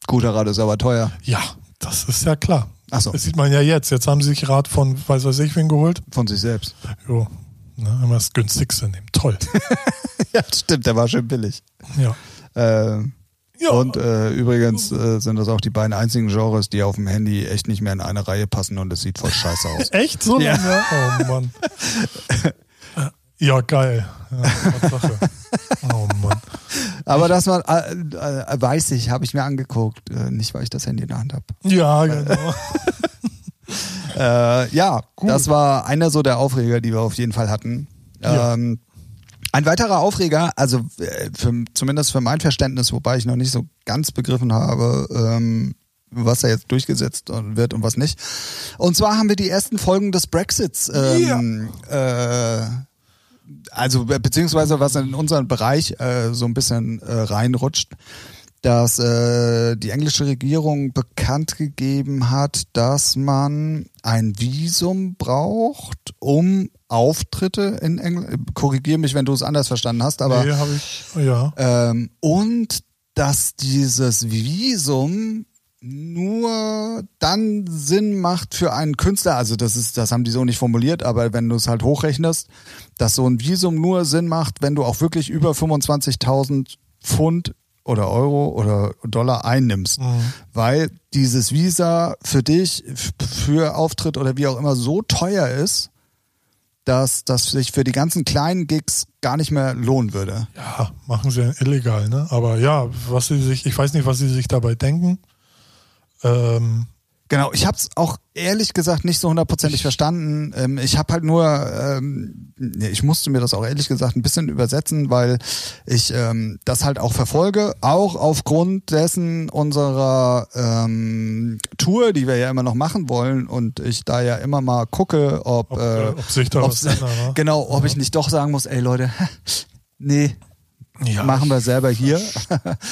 Speaker 2: Guter Rat ist aber teuer.
Speaker 1: Ja, das ist ja klar.
Speaker 2: Ach so.
Speaker 1: Das sieht man ja jetzt. Jetzt haben sie sich Rat von weiß was ich wen geholt.
Speaker 2: Von sich selbst.
Speaker 1: Jo, ne, immer das günstigste nehmen. Toll.
Speaker 2: Ja, stimmt, der war schön billig.
Speaker 1: ja.
Speaker 2: Ähm,
Speaker 1: Ja.
Speaker 2: Und äh, übrigens äh, sind das auch die beiden einzigen Genres, die auf dem Handy echt nicht mehr in eine Reihe passen und es sieht voll scheiße aus.
Speaker 1: Echt so
Speaker 2: Ja.
Speaker 1: lange? Oh Mann. Äh, Ja, geil. Ja, Tatsache. oh Mann.
Speaker 2: Aber das war, äh, äh, weiß ich, habe ich mir angeguckt. Äh, nicht, weil ich das Handy in der Hand habe.
Speaker 1: Ja, genau.
Speaker 2: Äh, ja, das war einer so der Aufreger, die wir auf jeden Fall hatten.
Speaker 1: Ja.
Speaker 2: Ähm, ein weiterer Aufreger, also äh, für, zumindest für mein Verständnis, wobei ich noch nicht so ganz begriffen habe, ähm, was da jetzt durchgesetzt und- wird und was nicht. Und zwar haben wir die ersten Folgen des Brexits. Ähm, äh, also be- beziehungsweise was in unseren Bereich äh, so ein bisschen äh, reinrutscht, dass äh, die englische Regierung bekannt gegeben hat, dass man ein Visum braucht, um Auftritte in England. Korrigiere mich, wenn du es anders verstanden hast, aber
Speaker 1: Nee, habe ich. Ja.
Speaker 2: ähm, und dass dieses Visum nur dann Sinn macht für einen Künstler, also das ist, das haben die so nicht formuliert, aber wenn du es halt hochrechnest, dass so ein Visum nur Sinn macht, wenn du auch wirklich über 25.000 Pfund oder Euro oder Dollar einnimmst, weil dieses Visa für dich, f- für Auftritt oder wie auch immer so teuer ist, dass das sich für die ganzen kleinen Gigs gar nicht mehr lohnen würde.
Speaker 1: ja, machen sie ja illegal, ne? Aber ja, was sie sich, ich weiß nicht, was sie sich dabei denken. Ähm,
Speaker 2: Genau, ich habe es auch ehrlich gesagt nicht so hundertprozentig verstanden. Ähm, ich habe halt nur, ähm, nee, ich musste mir das auch ehrlich gesagt ein bisschen übersetzen, weil ich ähm, das halt auch verfolge, auch aufgrund dessen unserer ähm, Tour, die wir ja immer noch machen wollen und ich da ja immer mal gucke, ob,
Speaker 1: ob,
Speaker 2: äh,
Speaker 1: äh, ob sich da
Speaker 2: ob's-
Speaker 1: was ändert, ne?
Speaker 2: genau, ob ich nicht doch sagen muss, ey Leute, nee,
Speaker 1: Ja,
Speaker 2: machen wir selber hier.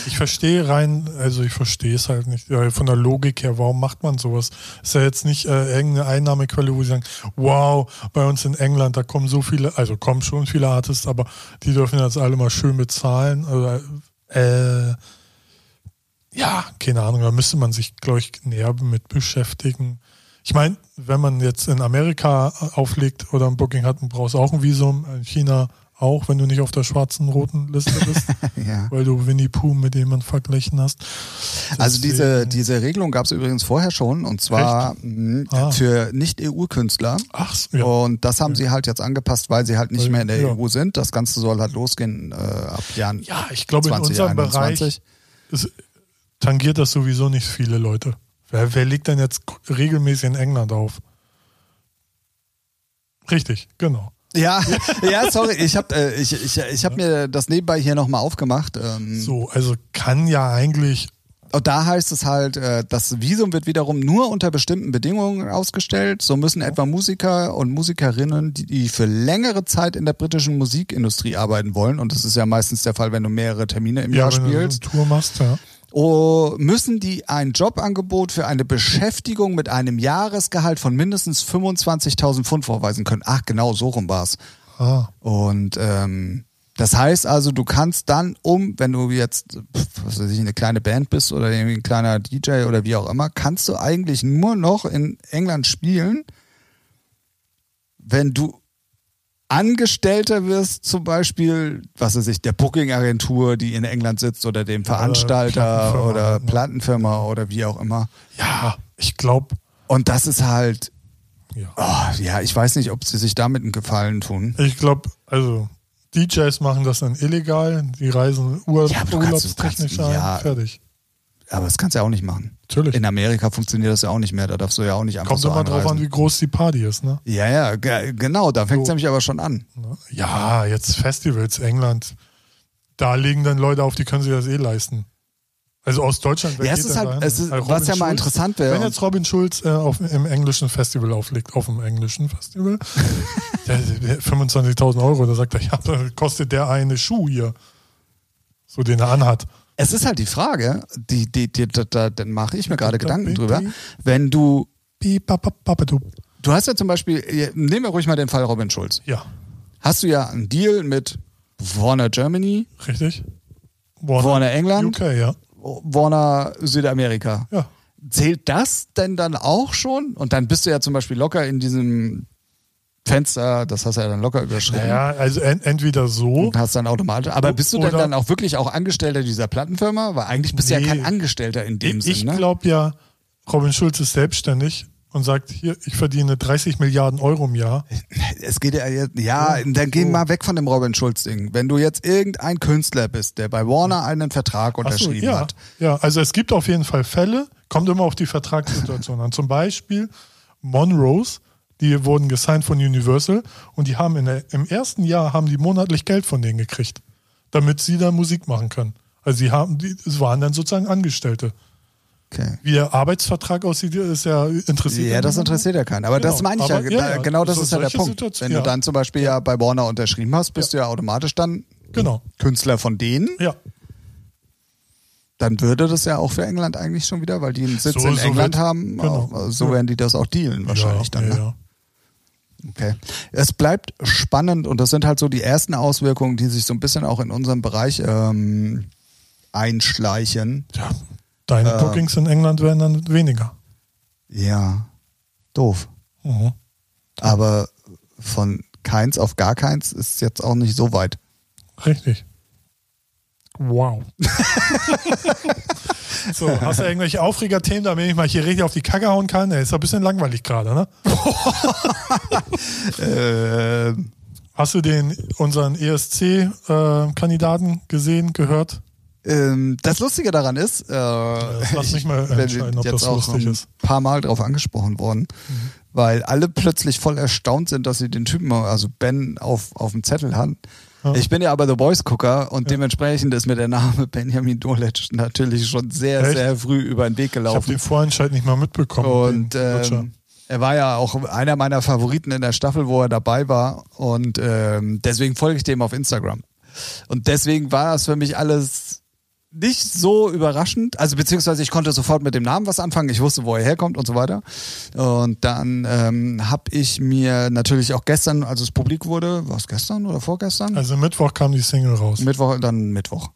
Speaker 1: Ich verstehe rein, also ich verstehe es halt nicht. Ja, Von der Logik her, warum macht man sowas? Ist ja jetzt nicht äh, irgendeine Einnahmequelle, wo sie sagen, wow, bei uns in England, da kommen so viele, also kommen schon viele Artists, aber die dürfen jetzt alle mal schön bezahlen. Also, äh, ja, keine Ahnung, da müsste man sich, glaube ich, näher mit beschäftigen. Ich meine, wenn man jetzt in Amerika auflegt oder ein Booking hat, dann brauchst du auch ein Visum, in China auch, wenn du nicht auf der schwarzen, roten Liste bist.
Speaker 2: ja.
Speaker 1: weil du Winnie Pooh mit jemandem verglichen hast.
Speaker 2: Also diese,
Speaker 1: Deswegen-
Speaker 2: diese Regelung gab es übrigens vorher schon und zwar mh,
Speaker 1: Ah.
Speaker 2: für Nicht-EU-Künstler.
Speaker 1: Ach, so, ja.
Speaker 2: Und das haben sie halt jetzt angepasst, weil sie halt nicht
Speaker 1: Weil-
Speaker 2: mehr in der
Speaker 1: ja.
Speaker 2: EU sind. Das Ganze soll halt losgehen äh, ab Jahren.
Speaker 1: ja, ich glaube, in
Speaker 2: 20,
Speaker 1: unserem
Speaker 2: 21.
Speaker 1: Bereich ist, tangiert das sowieso nicht viele Leute. Wer, wer legt denn jetzt k- regelmäßig in England auf? Richtig, genau.
Speaker 2: Ja, ja, sorry, ich habe äh, ich, ich, ich hab mir das nebenbei hier nochmal aufgemacht. Ähm,
Speaker 1: So, also kann ja eigentlich,
Speaker 2: Und da heißt es halt, äh, das Visum wird wiederum nur unter bestimmten Bedingungen ausgestellt. So müssen etwa Musiker und Musikerinnen, die, die für längere Zeit in der britischen Musikindustrie arbeiten wollen, und das ist ja meistens der Fall, wenn du mehrere Termine im
Speaker 1: ja,
Speaker 2: Jahr
Speaker 1: wenn du eine
Speaker 2: spielst,
Speaker 1: Tour machst, ja.
Speaker 2: oh, müssen die ein Jobangebot für eine Beschäftigung mit einem Jahresgehalt von mindestens 25.000 Pfund vorweisen können. Ach, genau, so rum war's.
Speaker 1: Ah,
Speaker 2: Und ähm, das heißt also, du kannst dann um, wenn du jetzt pf, was weiß ich, eine kleine Band bist oder irgendwie ein kleiner DJ oder wie auch immer, kannst du eigentlich nur noch in England spielen, wenn du Angestellter wirst, zum Beispiel, was weiß ich, der Booking-Agentur, die in England sitzt oder dem Veranstalter
Speaker 1: Plattenfirma,
Speaker 2: oder
Speaker 1: ne?
Speaker 2: Plattenfirma oder wie auch immer.
Speaker 1: ja, ich glaube,
Speaker 2: Und das ist halt,
Speaker 1: ja.
Speaker 2: oh, ja, ich weiß nicht, ob sie sich damit einen Gefallen tun.
Speaker 1: Ich glaube, also DJs machen das dann illegal, die reisen ur
Speaker 2: Ja, aber du kannst- du kannst-
Speaker 1: urlaubstechnisch ein,
Speaker 2: ja.
Speaker 1: fertig.
Speaker 2: Aber das kannst du ja auch nicht machen.
Speaker 1: Natürlich.
Speaker 2: In Amerika funktioniert das ja auch nicht mehr. Da darfst du ja auch nicht einfach
Speaker 1: Kommt
Speaker 2: so
Speaker 1: immer
Speaker 2: anreisen.
Speaker 1: drauf an, wie groß die Party ist, ne?
Speaker 2: ja, ja, ge- genau. Da fängt es
Speaker 1: So.
Speaker 2: nämlich aber schon an.
Speaker 1: Ne? Ja, jetzt Festivals, England. Da legen dann Leute auf, die können sich das eh leisten. Also aus Deutschland. wer
Speaker 2: Ja, es
Speaker 1: geht
Speaker 2: ist
Speaker 1: denn
Speaker 2: halt-
Speaker 1: dahin?
Speaker 2: es ist-
Speaker 1: Also
Speaker 2: was
Speaker 1: Robin
Speaker 2: ja mal
Speaker 1: Schulz,
Speaker 2: interessant wäre-
Speaker 1: Wenn jetzt Robin Schulz äh, auf, im englischen Festival auflegt, auf dem englischen Festival, der, der 25.000 Euro, da sagt er, ja, da kostet der eine Schuh hier, so den er anhat.
Speaker 2: Es ist halt die Frage, die, die, die, da, da, dann mache ich mir gerade Gedanken drüber.
Speaker 1: Bibi.
Speaker 2: Wenn du,
Speaker 1: Piep, pap, pap, pap, du.
Speaker 2: du hast ja zum Beispiel, nehmen wir ruhig mal den Fall Robin Schulz.
Speaker 1: Ja,
Speaker 2: hast du ja einen Deal mit Warner Germany,
Speaker 1: Richtig?
Speaker 2: Warner England,
Speaker 1: UK, ja.
Speaker 2: Warner Südamerika.
Speaker 1: Ja.
Speaker 2: Zählt das denn dann auch schon? Und dann bist du ja zum Beispiel locker in diesem Fenster, das hast du ja dann locker überschritten.
Speaker 1: Naja, also en entweder so.
Speaker 2: Und hast dann automatisch. Aber bist du denn
Speaker 1: Oder-
Speaker 2: dann auch wirklich auch Angestellter dieser Plattenfirma? Weil eigentlich bist du ja
Speaker 1: Nee.
Speaker 2: kein Angestellter in dem
Speaker 1: Ich
Speaker 2: Sinne. Ne?
Speaker 1: glaube ja, Robin Schulz ist selbstständig und sagt, hier, ich verdiene 30 Milliarden Euro im Jahr.
Speaker 2: Es geht ja jetzt, ja, dann geh mal weg von dem Robin Schulz-Ding. Wenn du jetzt irgendein Künstler bist, der bei Warner einen Vertrag
Speaker 1: Ach so,
Speaker 2: unterschrieben
Speaker 1: ja,
Speaker 2: hat.
Speaker 1: ja, also es gibt auf jeden Fall Fälle, kommt immer auf die Vertragssituation an. Zum Beispiel Monrose, die wurden gesigned von Universal und die haben in der, im ersten Jahr haben die monatlich Geld von denen gekriegt, damit sie da Musik machen können. Also sie haben, die, es waren dann sozusagen Angestellte.
Speaker 2: Okay.
Speaker 1: Wie der Arbeitsvertrag aussieht, ist ja interessiert.
Speaker 2: Ja, das interessiert ja keinen. Aber das
Speaker 1: Genau,
Speaker 2: meine ich
Speaker 1: aber-
Speaker 2: ja,
Speaker 1: ja,
Speaker 2: da-
Speaker 1: ja,
Speaker 2: genau das
Speaker 1: so-
Speaker 2: ist ja der
Speaker 1: solche
Speaker 2: Punkt.
Speaker 1: Situationen,
Speaker 2: Wenn du
Speaker 1: ja.
Speaker 2: dann zum Beispiel ja bei Warner unterschrieben hast, bist du ja automatisch dann
Speaker 1: Genau.
Speaker 2: Künstler von denen.
Speaker 1: Ja,
Speaker 2: Dann würde das ja auch für England eigentlich schon wieder, weil die einen Sitz
Speaker 1: So-
Speaker 2: in
Speaker 1: so
Speaker 2: England
Speaker 1: wird-
Speaker 2: haben,
Speaker 1: genau.
Speaker 2: auch- äh, so
Speaker 1: Ja.
Speaker 2: werden die das auch dealen wahrscheinlich
Speaker 1: ja,
Speaker 2: dann.
Speaker 1: Ja,
Speaker 2: ne?
Speaker 1: ja.
Speaker 2: Okay. Es bleibt spannend und das sind halt so die ersten Auswirkungen, die sich so ein bisschen auch in unserem Bereich ähm, einschleichen.
Speaker 1: Tja, deine
Speaker 2: Äh.
Speaker 1: Bookings in England werden dann weniger.
Speaker 2: Ja, doof.
Speaker 1: Mhm.
Speaker 2: Aber von keins auf gar keins ist jetzt auch nicht so weit.
Speaker 1: Richtig. Wow. so, hast du irgendwelche Aufreger-Themen, damit ich mal hier richtig auf die Kacke hauen kann? Ey, ist doch ein bisschen langweilig gerade, ne?
Speaker 2: Ähm,
Speaker 1: Hast du den unseren E ESC-Kandidaten äh, gesehen, gehört?
Speaker 2: ähm, das Lustige daran ist, äh,
Speaker 1: Das lass mich mal
Speaker 2: bin
Speaker 1: entscheiden, ob
Speaker 2: jetzt
Speaker 1: das
Speaker 2: auch
Speaker 1: lustig
Speaker 2: ein
Speaker 1: ist. Mhm.
Speaker 2: paar Mal drauf angesprochen worden, weil alle plötzlich voll erstaunt sind, dass sie den Typen, also Ben, auf, auf dem Zettel haben.
Speaker 1: Ja.
Speaker 2: Ich bin ja aber The Voice-Gucker und dementsprechend ist mir der Name Benjamin Doletsch natürlich schon sehr,
Speaker 1: Echt?
Speaker 2: sehr früh über den Weg
Speaker 1: Ich habe
Speaker 2: gelaufen.
Speaker 1: den Vorentscheid nicht mal mitbekommen.
Speaker 2: Und
Speaker 1: den Oh, Lutscher.
Speaker 2: ähm, er war ja auch einer meiner Favoriten in der Staffel, wo er dabei war. Und ähm, deswegen folge ich dem auf Instagram. Und deswegen war das für mich alles nicht so überraschend. Also beziehungsweise ich konnte sofort mit dem Namen was anfangen. Ich wusste, wo er herkommt und so weiter. Und dann ähm, habe ich mir natürlich auch gestern, als es publik wurde, war es gestern oder vorgestern?
Speaker 1: also Mittwoch kam die Single raus.
Speaker 2: Mittwoch, dann Mittwoch.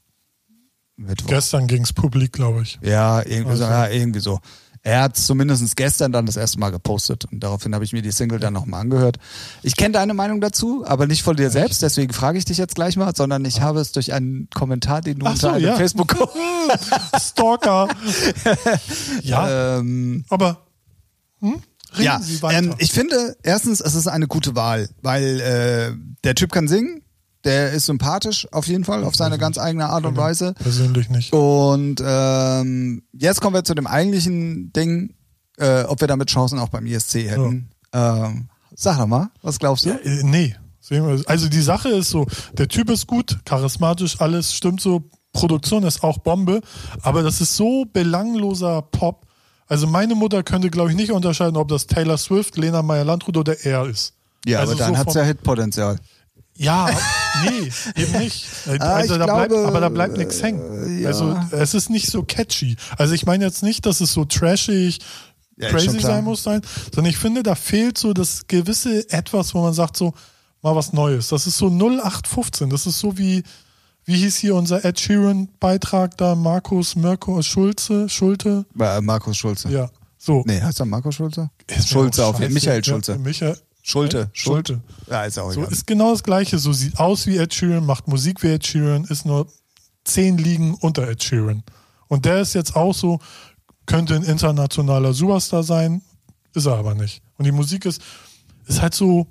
Speaker 2: Mittwoch.
Speaker 1: Gestern ging es publik, glaube ich.
Speaker 2: Ja, irgendwie, so,
Speaker 1: Okay.
Speaker 2: ja, irgendwie so. Er hat zumindest gestern dann das erste Mal gepostet und daraufhin habe ich mir die Single dann nochmal angehört. Ich kenne deine Meinung dazu, aber nicht von dir selbst, deswegen frage ich dich jetzt gleich mal, sondern ich habe es durch einen Kommentar, den du
Speaker 1: Ah. Ach
Speaker 2: unter
Speaker 1: so,
Speaker 2: einem
Speaker 1: ja.
Speaker 2: Facebook
Speaker 1: Stalker. ja,
Speaker 2: ähm,
Speaker 1: aber hm? reden
Speaker 2: ja,
Speaker 1: Ah. Sie weiter.
Speaker 2: ähm, ich finde erstens, es ist eine gute Wahl, weil äh, der Typ kann singen, der ist sympathisch auf jeden Fall auf
Speaker 1: Mhm.
Speaker 2: seine ganz eigene Art
Speaker 1: Genau.
Speaker 2: und Weise.
Speaker 1: Persönlich nicht.
Speaker 2: Und ähm, jetzt kommen wir zu dem eigentlichen Ding, äh, ob wir damit Chancen auch beim ISC hätten. Ähm, sag doch mal, was glaubst du?
Speaker 1: Ja, äh, nee. Sehen wir. Also die Sache ist so, der Typ ist gut, charismatisch, alles stimmt so, Produktion ist auch Bombe, aber das ist so belangloser Pop. Also meine Mutter könnte, glaube ich, nicht unterscheiden, ob das Taylor Swift, Lena Meyer-Landrut oder er ist.
Speaker 2: Ja,
Speaker 1: also
Speaker 2: aber dann
Speaker 1: so
Speaker 2: hat's
Speaker 1: vom-
Speaker 2: ja Hitpotenzial.
Speaker 1: Ja, nee, eben nicht.
Speaker 2: Ah,
Speaker 1: Also
Speaker 2: ich
Speaker 1: da bleibt,
Speaker 2: glaube, äh,
Speaker 1: aber da bleibt nichts hängen.
Speaker 2: ja.
Speaker 1: Also es ist nicht so catchy. Also ich meine jetzt nicht, dass es so trashig,
Speaker 2: Ja, ist schon
Speaker 1: crazy
Speaker 2: klar.
Speaker 1: sein muss sein, sondern ich finde, da fehlt so das gewisse Etwas, wo man sagt so, mal was Neues. Das ist so 0815. Das ist so wie, wie hieß hier unser Ed Sheeran-Beitrag da, Markus Mirko Schulze, Schulte?
Speaker 2: Äh, Markus Schulze.
Speaker 1: Ja, so.
Speaker 2: Nee, heißt er Markus Schulze?
Speaker 1: Ist mir
Speaker 2: Schulze
Speaker 1: auch
Speaker 2: auf jeden
Speaker 1: scheiße.
Speaker 2: Fall. Michael
Speaker 1: Ja,
Speaker 2: Schulze.
Speaker 1: Michael.
Speaker 2: Schulte.
Speaker 1: Schulte.
Speaker 2: Ja, ist auch
Speaker 1: So
Speaker 2: egal.
Speaker 1: ist genau das Gleiche. So sieht aus wie Ed Sheeran, macht Musik wie Ed Sheeran, ist nur zehn Ligen unter Ed Sheeran. Und der ist jetzt auch so, könnte ein internationaler Superstar sein, ist er aber nicht. Und die Musik ist, ist halt so,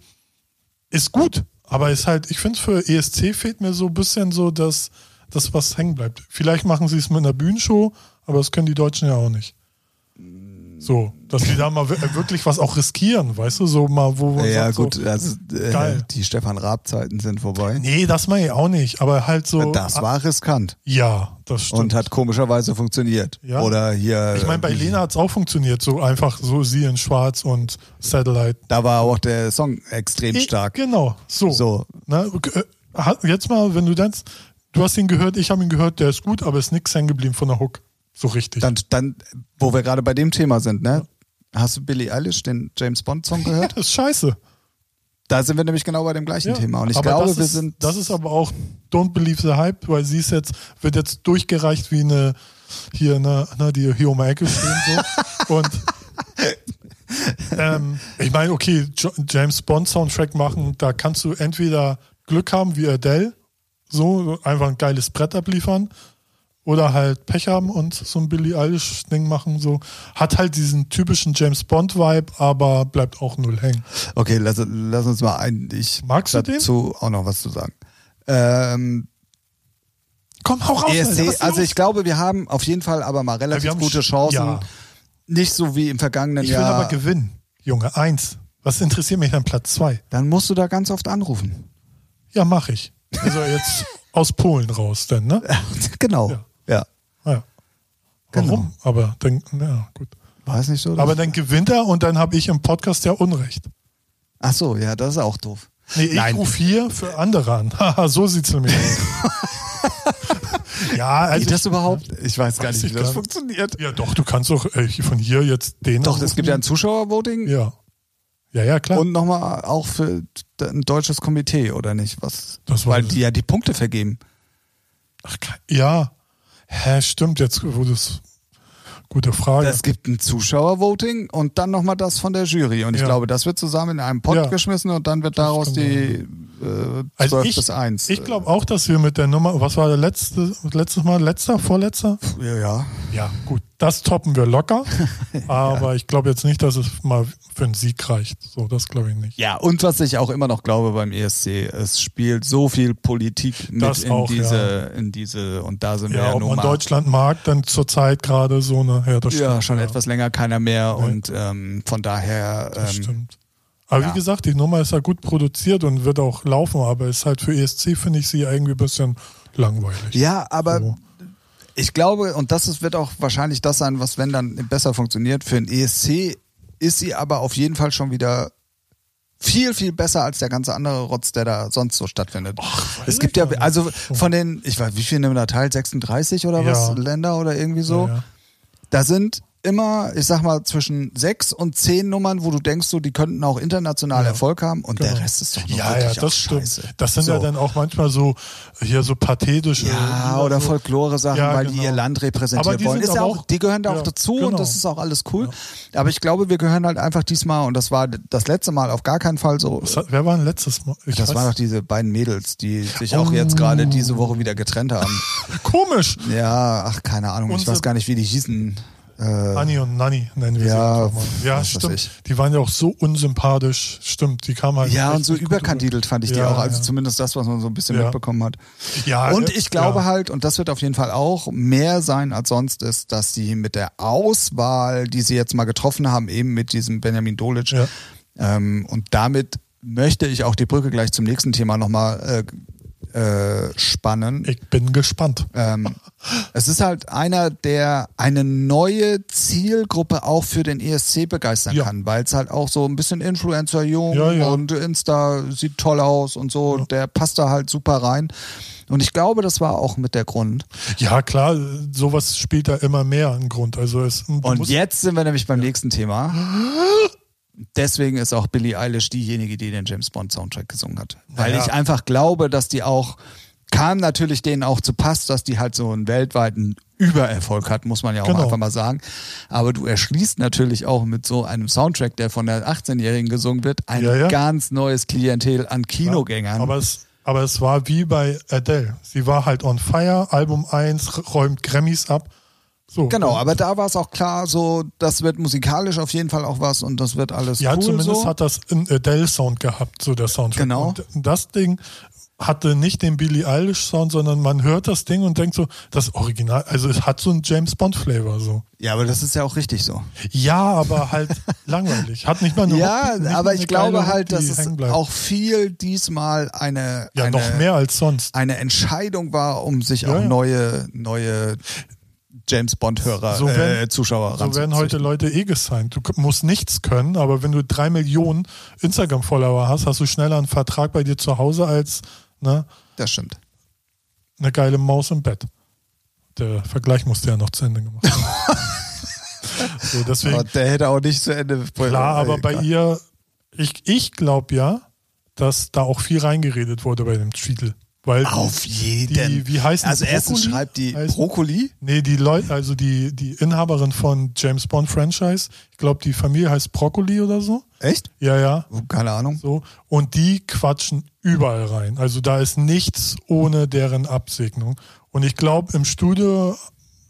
Speaker 1: ist gut, aber ist halt, ich finde für ESC fehlt mir so ein bisschen so, dass das was hängen bleibt. Vielleicht machen sie es mit einer Bühnenshow, aber das können die Deutschen ja auch nicht. So, dass die da mal wir- wirklich was auch riskieren, weißt du, so mal, wo man
Speaker 2: ja,
Speaker 1: sagt so,
Speaker 2: gut, also, äh,
Speaker 1: Geil.
Speaker 2: die Stefan Raab-Zeiten sind vorbei.
Speaker 1: Nee, das meine ich auch nicht, aber halt so.
Speaker 2: Das war riskant
Speaker 1: Ja, das stimmt.
Speaker 2: und hat komischerweise funktioniert.
Speaker 1: Ja.
Speaker 2: Oder hier.
Speaker 1: ich meine, bei
Speaker 2: äh,
Speaker 1: Lena hat es auch funktioniert, so einfach so sie in Schwarz und Satellite.
Speaker 2: Da war auch der Song extrem
Speaker 1: Ich-
Speaker 2: stark.
Speaker 1: Genau, so.
Speaker 2: So.
Speaker 1: Na, okay, äh, hat- jetzt mal, wenn du das, du hast ihn gehört, ich habe ihn gehört, der ist gut, aber ist nix hängen geblieben von der Hook. So richtig.
Speaker 2: Dann, dann, wo wir gerade bei dem Thema sind, ne? Hast du Billie Eilish, den James Bond Song gehört?
Speaker 1: das ist scheiße.
Speaker 2: Da sind wir nämlich genau bei dem gleichen
Speaker 1: Ja,
Speaker 2: Thema. Und ich
Speaker 1: aber
Speaker 2: glaube,
Speaker 1: das
Speaker 2: wir
Speaker 1: ist,
Speaker 2: sind.
Speaker 1: Das ist aber auch Don't Believe the Hype, weil sie ist jetzt, wird jetzt durchgereicht wie eine, hier, ne, ne, die hier um die Ecke stehen so. Und ähm, ich meine, okay, Jo- James Bond Soundtrack machen, da kannst du entweder Glück haben wie Adele, so einfach ein geiles Brett abliefern, oder halt Pech haben und so ein Billy Eilish Ding machen, so hat halt diesen typischen James Bond Vibe, aber bleibt auch null hängen.
Speaker 2: Okay, lass, lass uns mal ein. Ich
Speaker 1: Magst du den?
Speaker 2: dazu auch noch was zu sagen. Ähm,
Speaker 1: Komm, hau raus, Alter, was
Speaker 2: ESC,
Speaker 1: ist
Speaker 2: also
Speaker 1: los?
Speaker 2: ich glaube, wir haben auf jeden Fall aber mal
Speaker 1: Ja,
Speaker 2: relativ
Speaker 1: wir haben
Speaker 2: gute
Speaker 1: Sch-
Speaker 2: Chancen.
Speaker 1: Ja.
Speaker 2: Nicht so wie im vergangenen
Speaker 1: Ich will
Speaker 2: Jahr.
Speaker 1: aber gewinnen, Junge. Eins. Was interessiert mich dann Platz zwei?
Speaker 2: Dann musst du da ganz oft anrufen.
Speaker 1: Ja, mach ich. Also jetzt aus Polen raus, denn, ne?
Speaker 2: genau.
Speaker 1: Ja.
Speaker 2: Ja.
Speaker 1: Ja. Warum? Aber dann, ja, gut.
Speaker 2: War es nicht Genau. so?
Speaker 1: Aber dann gewinnt er und dann habe ich im Podcast ja Unrecht. ne-
Speaker 2: Ach so, ja, das ist auch doof.
Speaker 1: Nee, ich
Speaker 2: Nein.
Speaker 1: rufe hier für andere an. Haha, so sieht's nämlich aus. ja, also.
Speaker 2: Geht das überhaupt? Ich weiß gar
Speaker 1: Weiß
Speaker 2: nicht,
Speaker 1: ich
Speaker 2: wie das
Speaker 1: gar-
Speaker 2: funktioniert.
Speaker 1: ja, doch, du kannst doch äh, von hier jetzt den.
Speaker 2: Doch, es
Speaker 1: anrufen.
Speaker 2: gibt ja ein Zuschauervoting
Speaker 1: Ja. Ja, ja, klar.
Speaker 2: und nochmal auch für d- ein deutsches Komitee, oder nicht? Was?
Speaker 1: Das war-
Speaker 2: weil die ja die Punkte vergeben.
Speaker 1: Ach, ke- ja. Hä, stimmt, jetzt wurde es. Gute Frage.
Speaker 2: Es gibt ein Zuschauervoting und dann nochmal das von der Jury. Und ich
Speaker 1: Ja.
Speaker 2: glaube, das wird zusammen in einem Pot
Speaker 1: Ja.
Speaker 2: geschmissen und dann wird daraus
Speaker 1: kann
Speaker 2: die äh, 12
Speaker 1: Also ich,
Speaker 2: bis 1.
Speaker 1: ich glaube auch, dass wir mit der Nummer, was war der letzte, letztes Mal, letzter, vorletzter?
Speaker 2: Ja, ja.
Speaker 1: Ja, gut, das toppen wir locker. aber ich glaube jetzt nicht, dass es mal für einen Sieg reicht. So, das glaube ich nicht.
Speaker 2: Ja, und was ich auch immer noch glaube beim ESC, es spielt so viel Politik mit
Speaker 1: Das
Speaker 2: in
Speaker 1: auch,
Speaker 2: diese, in diese, und da sind wir
Speaker 1: Ja,
Speaker 2: ja
Speaker 1: ob
Speaker 2: nun
Speaker 1: man
Speaker 2: mal
Speaker 1: Deutschland mag, dann zurzeit gerade so eine, ja, das stimmt.
Speaker 2: ja, schon
Speaker 1: ja,
Speaker 2: etwas länger keiner mehr und ähm, von daher
Speaker 1: Das
Speaker 2: ähm,
Speaker 1: stimmt. Aber
Speaker 2: ja.
Speaker 1: wie gesagt, die Nummer ist ja gut produziert und wird auch laufen, aber ist halt für ESC, finde ich sie irgendwie ein bisschen langweilig.
Speaker 2: Ja, aber
Speaker 1: So.
Speaker 2: ich glaube, und das ist, wird auch wahrscheinlich das sein, was wenn dann besser funktioniert. Für ein ESC ist sie aber auf jeden Fall schon wieder viel, viel besser als der ganze andere Rotz, der da sonst so stattfindet.
Speaker 1: weiß
Speaker 2: es gibt
Speaker 1: ich
Speaker 2: ja,
Speaker 1: gar nicht.
Speaker 2: also von den, ich weiß, wie viele nehmen da teil? 36 oder
Speaker 1: Ja.
Speaker 2: was? Länder oder irgendwie so?
Speaker 1: Ja, ja.
Speaker 2: Da sind immer, ich sag mal, zwischen sechs und zehn Nummern, wo du denkst, so, die könnten auch international
Speaker 1: Ja.
Speaker 2: Erfolg haben und der
Speaker 1: Genau.
Speaker 2: Rest ist doch nur
Speaker 1: Ja, ja,
Speaker 2: wirklich auch
Speaker 1: das stimmt.
Speaker 2: scheiße.
Speaker 1: Das sind
Speaker 2: so.
Speaker 1: ja dann auch manchmal so hier so pathetische
Speaker 2: Ja,
Speaker 1: Lieder,
Speaker 2: oder
Speaker 1: so.
Speaker 2: Folklore-Sachen,
Speaker 1: Ja,
Speaker 2: weil
Speaker 1: genau.
Speaker 2: die ihr Land repräsentieren
Speaker 1: Aber die
Speaker 2: wollen.
Speaker 1: sind
Speaker 2: Ist ja
Speaker 1: aber
Speaker 2: auch,
Speaker 1: auch-
Speaker 2: die gehören da
Speaker 1: ja,
Speaker 2: auch dazu und
Speaker 1: genau.
Speaker 2: das ist auch alles cool. Aber ich glaube, wir gehören halt einfach diesmal, und das war das letzte Mal auf gar keinen Fall so.
Speaker 1: Was hat- Wer war denn letztes Mal? Ich
Speaker 2: Das
Speaker 1: weiß-
Speaker 2: waren doch diese beiden Mädels, die sich auch
Speaker 1: Oh.
Speaker 2: jetzt gerade diese Woche wieder getrennt haben.
Speaker 1: komisch.
Speaker 2: ja, ach, keine Ahnung, ich
Speaker 1: Unsere-
Speaker 2: weiß gar nicht, wie die hießen. Äh,
Speaker 1: Anni und Nanni nennen wir
Speaker 2: Ja,
Speaker 1: sie einfach mal. Ja,
Speaker 2: was weiß ich.
Speaker 1: stimmt. Die waren ja auch so unsympathisch. Stimmt, die kamen halt.
Speaker 2: ja,
Speaker 1: echt
Speaker 2: und so
Speaker 1: nicht gut
Speaker 2: überkandidelt fand ich die
Speaker 1: Ja,
Speaker 2: auch, also
Speaker 1: ja.
Speaker 2: zumindest das, was man so ein bisschen
Speaker 1: Ja.
Speaker 2: mitbekommen hat.
Speaker 1: rüber. Ja,
Speaker 2: Und
Speaker 1: äh,
Speaker 2: ich glaube
Speaker 1: ja.
Speaker 2: halt, und das wird auf jeden Fall auch mehr sein als sonst, ist, dass sie mit der Auswahl, die sie jetzt mal getroffen haben, eben mit diesem Benjamin Dolic,
Speaker 1: Ja.
Speaker 2: ähm, und damit möchte ich auch die Brücke gleich zum nächsten Thema nochmal äh, äh, spannen.
Speaker 1: Ich bin gespannt.
Speaker 2: Ähm, es ist halt einer, der eine neue Zielgruppe auch für den ESC begeistern
Speaker 1: Ja.
Speaker 2: kann, weil es halt auch so ein bisschen Influencer jung
Speaker 1: Ja, ja.
Speaker 2: und Insta sieht toll aus und so, der passt da halt super rein. Und ich glaube, das war auch mit der Grund.
Speaker 1: Ja, klar, sowas spielt da immer mehr einen Grund. Also es du
Speaker 2: Und
Speaker 1: musst-
Speaker 2: jetzt sind wir nämlich beim nächsten Thema. Deswegen ist auch Billie Eilish diejenige, die den James Bond Soundtrack gesungen hat. Weil
Speaker 1: Naja.
Speaker 2: ich einfach glaube, dass die auch, kam natürlich denen auch zu Pass, dass die halt so einen weltweiten Übererfolg hat, muss man ja auch
Speaker 1: Genau.
Speaker 2: einfach mal sagen. Aber du erschließt natürlich auch mit so einem Soundtrack, der von der 18-Jährigen gesungen wird, ein
Speaker 1: Ja, ja.
Speaker 2: ganz neues Klientel an Kinogängern.
Speaker 1: Aber es, aber es war wie bei Adele. Sie war halt on fire, Album 1 räumt Grammys ab. So.
Speaker 2: Genau, aber da war es auch klar, so, das wird musikalisch auf jeden Fall auch was und das wird alles
Speaker 1: Ja,
Speaker 2: cool.
Speaker 1: zumindest
Speaker 2: so.
Speaker 1: hat das einen Adele-Sound gehabt, so der Soundtrack.
Speaker 2: Genau.
Speaker 1: Und das Ding hatte nicht den Billie Eilish-Sound, sondern man hört das Ding und denkt so, das Original, also es hat so einen James Bond-Flavor so.
Speaker 2: Ja, aber das ist ja auch richtig so.
Speaker 1: Ja, aber halt langweilig. Hat nicht mal eine
Speaker 2: Ja,
Speaker 1: Hook, nicht mal
Speaker 2: aber
Speaker 1: eine
Speaker 2: ich
Speaker 1: geile
Speaker 2: glaube
Speaker 1: Hook,
Speaker 2: halt,
Speaker 1: die
Speaker 2: dass es
Speaker 1: hängen bleibt.
Speaker 2: auch viel diesmal eine,
Speaker 1: ja
Speaker 2: eine,
Speaker 1: noch mehr als sonst.
Speaker 2: eine Entscheidung war, um sich
Speaker 1: Ja,
Speaker 2: auch
Speaker 1: ja.
Speaker 2: neue, neue James Bond-Hörer,
Speaker 1: So
Speaker 2: äh,
Speaker 1: werden-
Speaker 2: Zuschauer
Speaker 1: So werden heute
Speaker 2: ranzuziehen.
Speaker 1: Leute eh gesigned. Du k- musst nichts können, aber wenn du drei Millionen Instagram-Follower hast, hast du schneller einen Vertrag bei dir zu Hause als ne,
Speaker 2: Das stimmt.
Speaker 1: eine geile Maus im Bett. Der Vergleich musste ja noch zu Ende gemacht werden. so, deswegen,
Speaker 2: Aber der hätte auch nicht zu Ende.
Speaker 1: klar, aber bei ihr, ich, ich glaube ja, dass da auch viel reingeredet wurde bei dem Titel. Weil
Speaker 2: Auf jeden.
Speaker 1: die, wie heißen
Speaker 2: also erstens
Speaker 1: Brokkoli?
Speaker 2: schreibt die
Speaker 1: Heißen-
Speaker 2: Brokkoli.
Speaker 1: Nee, die Leute, also die, die Inhaberin von James Bond Franchise, ich glaube, die Familie heißt Broccoli oder so.
Speaker 2: Echt?
Speaker 1: Ja, ja.
Speaker 2: Keine Ahnung.
Speaker 1: So. Und die quatschen überall rein. Also da ist nichts ohne deren Absegnung. Und ich glaube, im Studio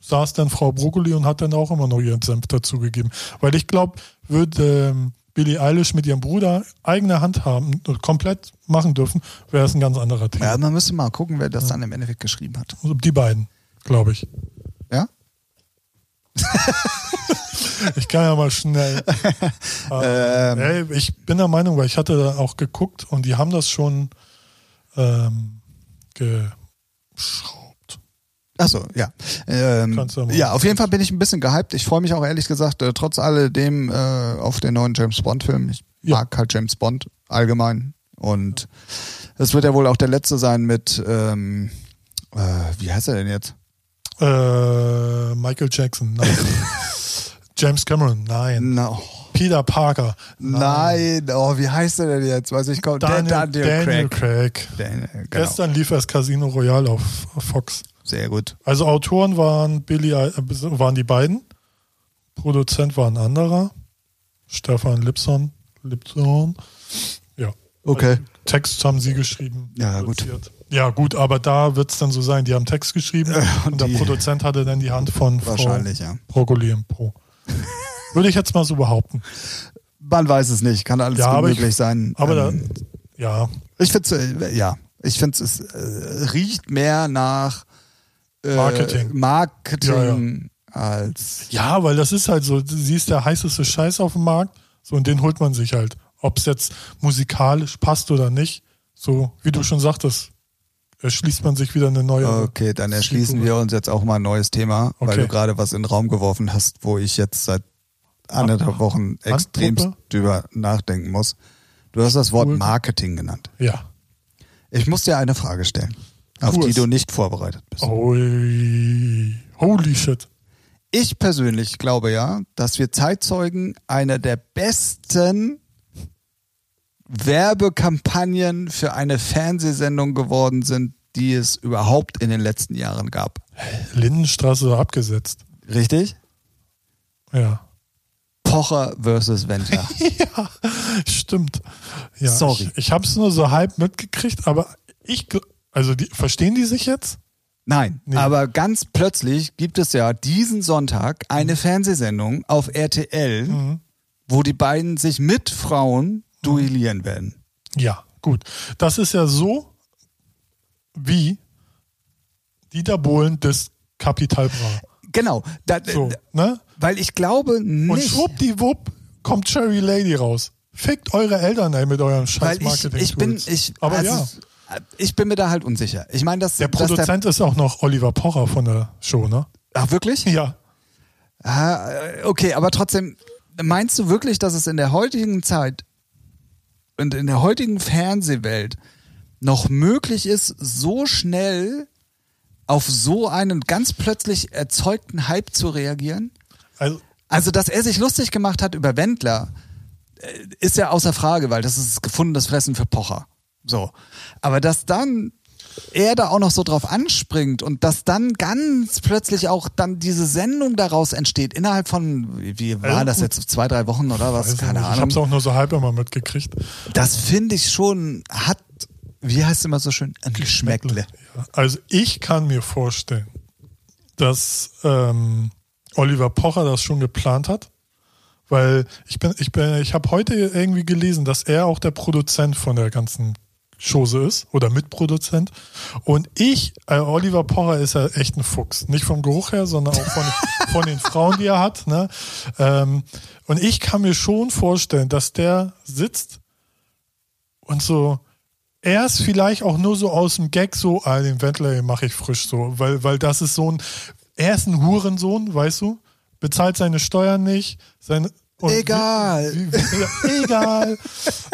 Speaker 1: saß dann Frau Broccoli und hat dann auch immer noch ihren Senf dazugegeben. Weil ich glaube, würde ähm, Billie Eilish mit ihrem Bruder eigene Hand haben, und komplett machen dürfen, wäre es ein ganz anderer Thema.
Speaker 2: Ja, man müsste mal gucken, wer das dann im Endeffekt geschrieben hat.
Speaker 1: Also Die beiden, glaube ich.
Speaker 2: Ja?
Speaker 1: Ich kann ja mal schnell. ähm, ey, ich bin der Meinung, weil ich hatte da auch geguckt und die haben das schon ähm, geschraubt.
Speaker 2: Achso, ja. Ähm,
Speaker 1: Kannst du mal-
Speaker 2: ja, auf jeden Fall bin ich ein bisschen gehypt. Ich freue mich auch ehrlich gesagt, äh, trotz alledem, äh, auf den neuen James Bond-Film. Ich
Speaker 1: Ja.
Speaker 2: mag halt James Bond allgemein. Und es wird ja wohl auch der letzte sein mit, ähm, äh, wie heißt er denn jetzt?
Speaker 1: Äh, Michael Jackson, nein. James Cameron, nein.
Speaker 2: Na, oh,
Speaker 1: Peter Parker,
Speaker 2: nein, oh, wie heißt er denn jetzt? Weiß ich kaum.
Speaker 1: Daniel,
Speaker 2: der
Speaker 1: Daniel, Craig.
Speaker 2: Daniel, genau.
Speaker 1: Gestern lief erst Casino Royale auf auf Fox.
Speaker 2: Sehr gut.
Speaker 1: Also Autoren waren Billy, äh, waren die beiden. Produzent war ein anderer. Stefan Lipson. Lipson. Ja.
Speaker 2: Okay.
Speaker 1: Also, Text haben sie geschrieben.
Speaker 2: Ja, gut.
Speaker 1: produziert. Ja, gut, aber da wird es dann so sein, die haben Text geschrieben und, der
Speaker 2: Äh, die-
Speaker 1: Produzent hatte dann die Hand von Frau
Speaker 2: Wahrscheinlich, ja.
Speaker 1: Broccoli und Pro. Würde ich jetzt mal so behaupten.
Speaker 2: Man weiß es nicht, kann alles
Speaker 1: Ja,
Speaker 2: gut
Speaker 1: aber ich-
Speaker 2: möglich sein.
Speaker 1: Aber
Speaker 2: Ähm,
Speaker 1: da, ja,
Speaker 2: Ich finde es, ja, ich finde es, äh, riecht mehr nach äh,
Speaker 1: Marketing.
Speaker 2: Marketing als.
Speaker 1: Ja, weil das ist halt so, sie ist der heißeste Scheiß auf dem Markt, so und den holt man sich halt. Ob es jetzt musikalisch passt oder nicht, so wie du schon sagtest, erschließt man sich wieder eine neue.
Speaker 2: Okay, dann erschließen wir uns jetzt auch mal ein neues Thema, weil
Speaker 1: Okay.
Speaker 2: du gerade was in den Raum geworfen hast, wo ich jetzt seit
Speaker 1: Ah,
Speaker 2: anderthalb Wochen extremst
Speaker 1: Handpuppe?
Speaker 2: drüber nachdenken muss. Du hast das Wort
Speaker 1: Cool.
Speaker 2: Marketing genannt.
Speaker 1: Ja.
Speaker 2: Ich muss dir eine Frage stellen, auf
Speaker 1: Kurs.
Speaker 2: die du nicht vorbereitet bist.
Speaker 1: Oi. Holy shit.
Speaker 2: Ich persönlich glaube ja, dass wir Zeitzeugen einer der besten Werbekampagnen für eine Fernsehsendung geworden sind, die es überhaupt in den letzten Jahren gab.
Speaker 1: Lindenstraße war abgesetzt.
Speaker 2: Richtig?
Speaker 1: Ja.
Speaker 2: Pocher versus Wendler.
Speaker 1: Ja, stimmt. Ja,
Speaker 2: Sorry.
Speaker 1: Ich, ich habe es nur so halb mitgekriegt, aber ich, gl- also die, verstehen die sich jetzt?
Speaker 2: Nein,
Speaker 1: Nee.
Speaker 2: aber ganz plötzlich gibt es ja diesen Sonntag
Speaker 1: Mhm.
Speaker 2: eine Fernsehsendung auf RTL, wo die beiden sich mit
Speaker 1: Mhm.
Speaker 2: Frauen duellieren werden.
Speaker 1: Ja, gut. Das ist ja so wie Dieter Bohlen des Kapital Bra.
Speaker 2: Genau, da,
Speaker 1: So, ne?
Speaker 2: weil ich glaube
Speaker 1: Und
Speaker 2: nicht.
Speaker 1: schwuppdiwupp kommt Cherry Lady raus. Fickt eure Eltern ey, mit eurem scheiß
Speaker 2: Weil ich,
Speaker 1: marketing
Speaker 2: ich bin, ich,
Speaker 1: Aber
Speaker 2: also,
Speaker 1: ja,
Speaker 2: ich bin mir da halt unsicher. Ich meine, dass
Speaker 1: der
Speaker 2: dass
Speaker 1: Produzent ist auch noch Oliver Pocher von der Show, ne?
Speaker 2: ach, wirklich?
Speaker 1: Ja.
Speaker 2: Ah, äh, okay, aber trotzdem, meinst du wirklich, dass es in der heutigen Zeit und in der heutigen Fernsehwelt noch möglich ist, so schnell auf so einen ganz plötzlich erzeugten Hype zu reagieren?
Speaker 1: Also,
Speaker 2: Also, dass er sich lustig gemacht hat über Wendler, äh, ist ja außer Frage, weil das ist gefundenes Fressen für Pocher. So. Aber dass dann er da auch noch so drauf anspringt und dass dann ganz plötzlich auch dann diese Sendung daraus entsteht, innerhalb von, wie- wie war
Speaker 1: Also
Speaker 2: das
Speaker 1: gut.
Speaker 2: jetzt, zwei, drei Wochen oder was?
Speaker 1: weiß
Speaker 2: Keine
Speaker 1: nicht. also, ich hab's
Speaker 2: Ahnung.
Speaker 1: auch nur so halb immer mitgekriegt.
Speaker 2: Das finde ich schon, hat, wie heißt es immer so schön, ein Geschmäckle.
Speaker 1: Ja, Also ich kann mir vorstellen, dass ähm, Oliver Pocher das schon geplant hat, weil ich bin, ich bin, ich habe heute irgendwie gelesen, dass er auch der Produzent von der ganzen Chose ist oder Mitproduzent. Und ich, äh, Oliver Pocher ist ja echt ein Fuchs. Nicht vom Geruch her, sondern auch von, von den Frauen, die er hat. Ne? Ähm, und ich kann mir schon vorstellen, dass der sitzt und so erst vielleicht auch nur so aus dem Gag so, ah, den Wendler den mache ich frisch so, weil, weil das ist so ein, er ist ein Hurensohn, weißt du, bezahlt seine Steuern nicht, seine und
Speaker 2: Egal.
Speaker 1: Wie, wie, wie, egal.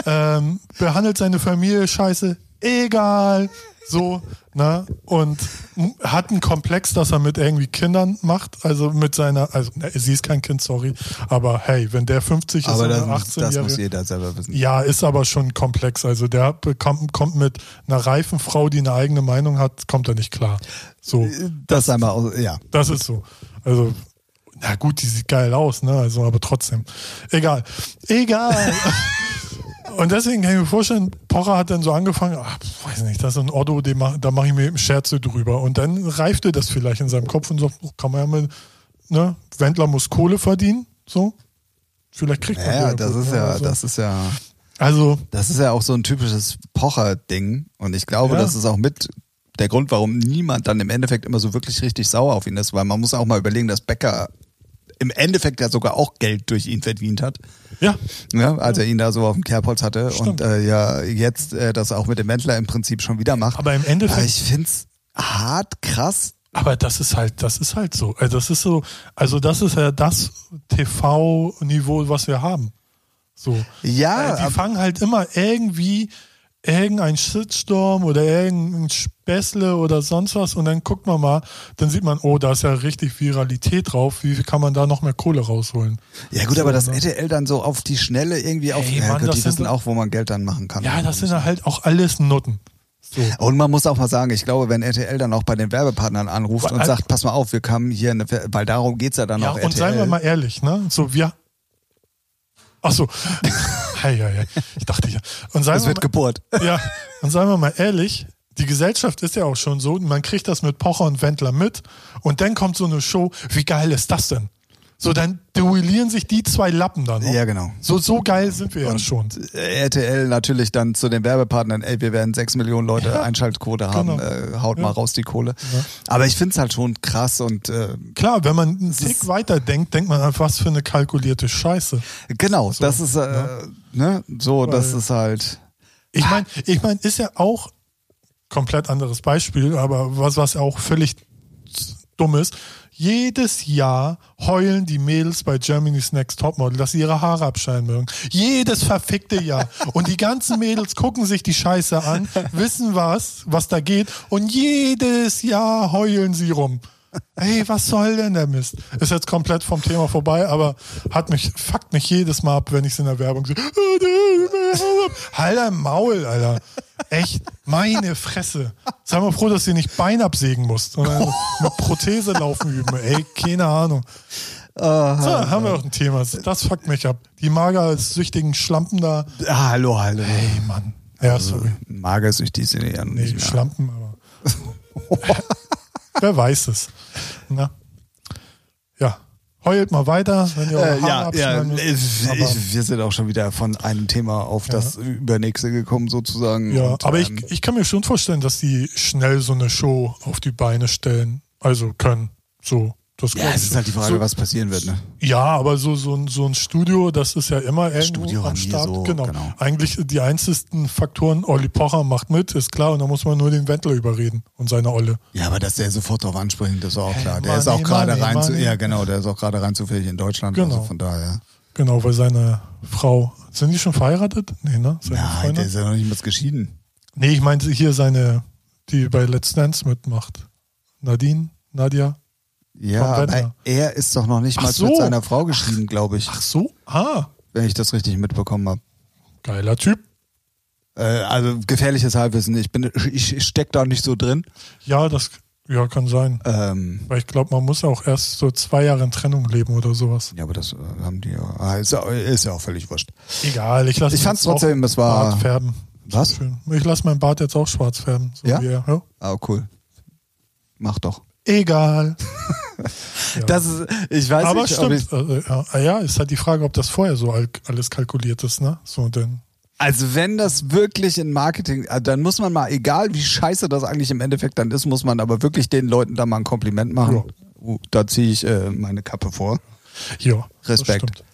Speaker 1: ähm, behandelt seine Familie scheiße. Egal. So, ne? Und m- hat einen Komplex, dass er mit irgendwie Kindern macht. Also mit seiner, also ne, sie ist kein Kind, sorry. Aber hey, wenn der 50 ist
Speaker 2: Aber
Speaker 1: und
Speaker 2: das,
Speaker 1: eine
Speaker 2: muss- das muss
Speaker 1: 18-Jährige.
Speaker 2: jeder selber wissen.
Speaker 1: Ja, ist aber schon komplex. Also der bekommt, kommt mit einer reifen Frau, die eine eigene Meinung hat, kommt er nicht klar. So,
Speaker 2: Das einmal, aus, ja.
Speaker 1: das ist so. Also, na gut, die sieht geil aus, ne? Also, aber trotzdem. Egal. Egal. Und deswegen kann ich mir vorstellen, Pocher hat dann so angefangen, ach, weiß nicht, das ist ein Otto, den mach, da mache ich mir eben Scherze drüber. Und dann reifte das vielleicht in seinem Kopf und so, oh, kann man ja mal, ne, Wendler muss Kohle verdienen, so. Vielleicht kriegt man
Speaker 2: Ja,
Speaker 1: die
Speaker 2: das
Speaker 1: gut,
Speaker 2: ist
Speaker 1: ne?
Speaker 2: ja,
Speaker 1: also,
Speaker 2: das ist ja,
Speaker 1: Also,
Speaker 2: das ist ja auch so ein typisches Pocher-Ding. Und ich glaube,
Speaker 1: Ja.
Speaker 2: das ist auch mit der Grund, warum niemand dann im Endeffekt immer so wirklich richtig sauer auf ihn ist, weil man muss auch mal überlegen, dass Becker im Endeffekt ja sogar auch Geld durch ihn verdient hat.
Speaker 1: ja,
Speaker 2: Ja, als er ihn da so auf dem Kerbholz hatte
Speaker 1: Stimmt.
Speaker 2: und äh, ja jetzt äh, das auch mit dem Wendler im Prinzip schon wieder macht.
Speaker 1: aber im Endeffekt.
Speaker 2: Aber ich find's hart krass.
Speaker 1: Aber das ist halt, das ist halt so. Also das ist so, also das ist ja das TV-Niveau, was wir haben. So.
Speaker 2: Ja,
Speaker 1: Äh, die
Speaker 2: ab-
Speaker 1: fangen halt immer irgendwie irgendein Shitstorm oder irgendein Späßle oder sonst was und dann guckt man mal, dann sieht man, oh, da ist ja richtig Viralität drauf, wie kann man da noch mehr Kohle rausholen?
Speaker 2: ja gut,
Speaker 1: So,
Speaker 2: aber das
Speaker 1: ne?
Speaker 2: RTL dann so auf die Schnelle irgendwie auf.
Speaker 1: Ey,
Speaker 2: ja,
Speaker 1: Mann,
Speaker 2: gut,
Speaker 1: das
Speaker 2: die
Speaker 1: sind
Speaker 2: wissen
Speaker 1: so-
Speaker 2: auch, wo man Geld dann machen kann.
Speaker 1: Ja, das sind ja halt auch alles Nutten. So.
Speaker 2: Und man muss auch mal sagen, ich glaube, wenn RTL dann auch bei den Werbepartnern anruft und
Speaker 1: Weil-
Speaker 2: sagt, pass mal auf, wir kamen hier, eine, Wer- weil darum geht's ja dann
Speaker 1: äh, Ja,
Speaker 2: auch.
Speaker 1: und
Speaker 2: RTL.
Speaker 1: seien wir mal ehrlich, ne? So, wir. Ach so. Hei, hei, hei. Ich dachte ja. Und seien
Speaker 2: es
Speaker 1: wir
Speaker 2: wird
Speaker 1: mal,
Speaker 2: gebohrt.
Speaker 1: Ja, und sagen wir mal ehrlich, die Gesellschaft ist ja auch schon so, man kriegt das mit Pocher und Wendler mit und dann kommt so eine Show, wie geil ist das denn? So, dann duellieren sich die zwei Lappen dann. noch.
Speaker 2: Ja, genau.
Speaker 1: So, so geil sind wir ja schon.
Speaker 2: RTL natürlich dann zu den Werbepartnern, ey, wir werden sechs Millionen Leute Einschaltquote haben,
Speaker 1: genau.
Speaker 2: äh, haut mal raus die Kohle. Aber ich finde es halt schon krass und äh,
Speaker 1: Klar, wenn man einen
Speaker 2: ist-
Speaker 1: Tick weiter denkt, denkt man einfach, was für eine kalkulierte Scheiße.
Speaker 2: genau, das ist äh, ne? so, das
Speaker 1: Weil-
Speaker 2: ist halt.
Speaker 1: Ich meine, ich mein, ist ja auch komplett anderes Beispiel, aber was, was auch völlig dumm ist. Jedes Jahr heulen die Mädels bei Germany's Next Topmodel, dass sie ihre Haare abschneiden mögen. Jedes verfickte Jahr. Und die ganzen Mädels gucken sich die Scheiße an, wissen was, was da geht. Und jedes Jahr heulen sie rum. Hey, was soll denn der Mist? Ist jetzt komplett vom Thema vorbei, aber hat mich, fuckt mich jedes Mal ab, wenn ich es in der Werbung sehe. Halter Maul, Alter. Echt, meine Fresse. Sei mal froh, dass sie nicht Bein absägen musst, sondern mit Prothese laufen üben. Ey, keine Ahnung. So, haben wir doch ein Thema. Das fuckt mich ab. Die Mager als süchtigen Schlampen da.
Speaker 2: Ah, hallo, hallo.
Speaker 1: Ey, Mann. Ja, sorry.
Speaker 2: Magersüchtig sind die ja
Speaker 1: Nee,
Speaker 2: nicht. mehr.
Speaker 1: Schlampen, aber. Wer weiß es. Na? Ja. Heult mal weiter, wenn ihr eure Haare
Speaker 2: Äh, ja, ja
Speaker 1: abschneiden müsst.
Speaker 2: ich,
Speaker 1: Aber-
Speaker 2: ich, wir sind auch schon wieder von einem Thema auf das übernächste gekommen, sozusagen.
Speaker 1: Ja,
Speaker 2: Und,
Speaker 1: aber
Speaker 2: ähm,
Speaker 1: ich, ich kann mir schon vorstellen, dass die schnell so eine Show auf die Beine stellen. Also können. So. Das
Speaker 2: ja,
Speaker 1: glaub
Speaker 2: es
Speaker 1: ich.
Speaker 2: ist halt die Frage,
Speaker 1: so,
Speaker 2: was passieren wird. Ne?
Speaker 1: Ja, aber so, so, ein, so ein Studio, das ist ja immer irgendwo
Speaker 2: Studio
Speaker 1: am
Speaker 2: haben die
Speaker 1: Start.
Speaker 2: so,
Speaker 1: genau.
Speaker 2: genau.
Speaker 1: Eigentlich die einzigen Faktoren, Olli Pocher macht mit, ist klar, und da muss man nur den Wendler überreden und seine Olle.
Speaker 2: Ja, aber dass der sofort drauf anspricht, das ist auch
Speaker 1: Hey,
Speaker 2: klar. Der
Speaker 1: Mann,
Speaker 2: ist auch
Speaker 1: ey,
Speaker 2: gerade
Speaker 1: Mann, ey,
Speaker 2: rein zu,
Speaker 1: Mann, ey.
Speaker 2: ja genau, der ist auch gerade rein zufällig in Deutschland.
Speaker 1: Genau.
Speaker 2: Also von daher.
Speaker 1: Genau, weil seine Frau. Sind die schon verheiratet? Nee, ne? Seine
Speaker 2: Nein, der
Speaker 1: Freundin?
Speaker 2: ist ja noch nicht mal geschieden.
Speaker 1: Nee, ich meine hier seine, die bei Let's Dance mitmacht. Nadine, Nadia.
Speaker 2: Ja,
Speaker 1: Vom Wetter.
Speaker 2: aber er ist doch noch nicht
Speaker 1: Ach
Speaker 2: mal
Speaker 1: so.
Speaker 2: mit seiner Frau geschieden, glaube ich,
Speaker 1: Ach so, ah,
Speaker 2: wenn ich das richtig mitbekommen habe.
Speaker 1: geiler Typ.
Speaker 2: Äh, also gefährliches Halbwissen. Ich bin, ich, ich steck da nicht so drin.
Speaker 1: Ja, das ja, kann sein.
Speaker 2: Ähm,
Speaker 1: Weil ich glaube, man muss auch erst so zwei Jahre in Trennung leben oder sowas.
Speaker 2: ja, aber das äh, haben die ja. Ah, Ist, ja- ist ja auch völlig wurscht.
Speaker 1: Egal, ich lasse
Speaker 2: Ich fand's trotzdem, es war-
Speaker 1: Bart färben.
Speaker 2: Was?
Speaker 1: Schön. Ich lasse mein Bart jetzt auch schwarz färben. So
Speaker 2: Ja?
Speaker 1: Wie er. ja?
Speaker 2: Ah, cool. Mach doch.
Speaker 1: Egal. Ja.
Speaker 2: Das ist, ich weiß
Speaker 1: Aber
Speaker 2: nicht, ob ich,
Speaker 1: stimmt. äh, ja, Ah ja, ist halt die Frage, ob das vorher so al- alles kalkuliert ist, ne? So denn.
Speaker 2: also wenn das wirklich in Marketing, ah, dann muss man mal, egal wie scheiße das eigentlich im Endeffekt dann ist, muss man aber wirklich den Leuten da mal ein Kompliment machen.
Speaker 1: Ja.
Speaker 2: Uh, da ziehe ich äh, meine Kappe vor.
Speaker 1: Ja. das
Speaker 2: Respekt.
Speaker 1: stimmt.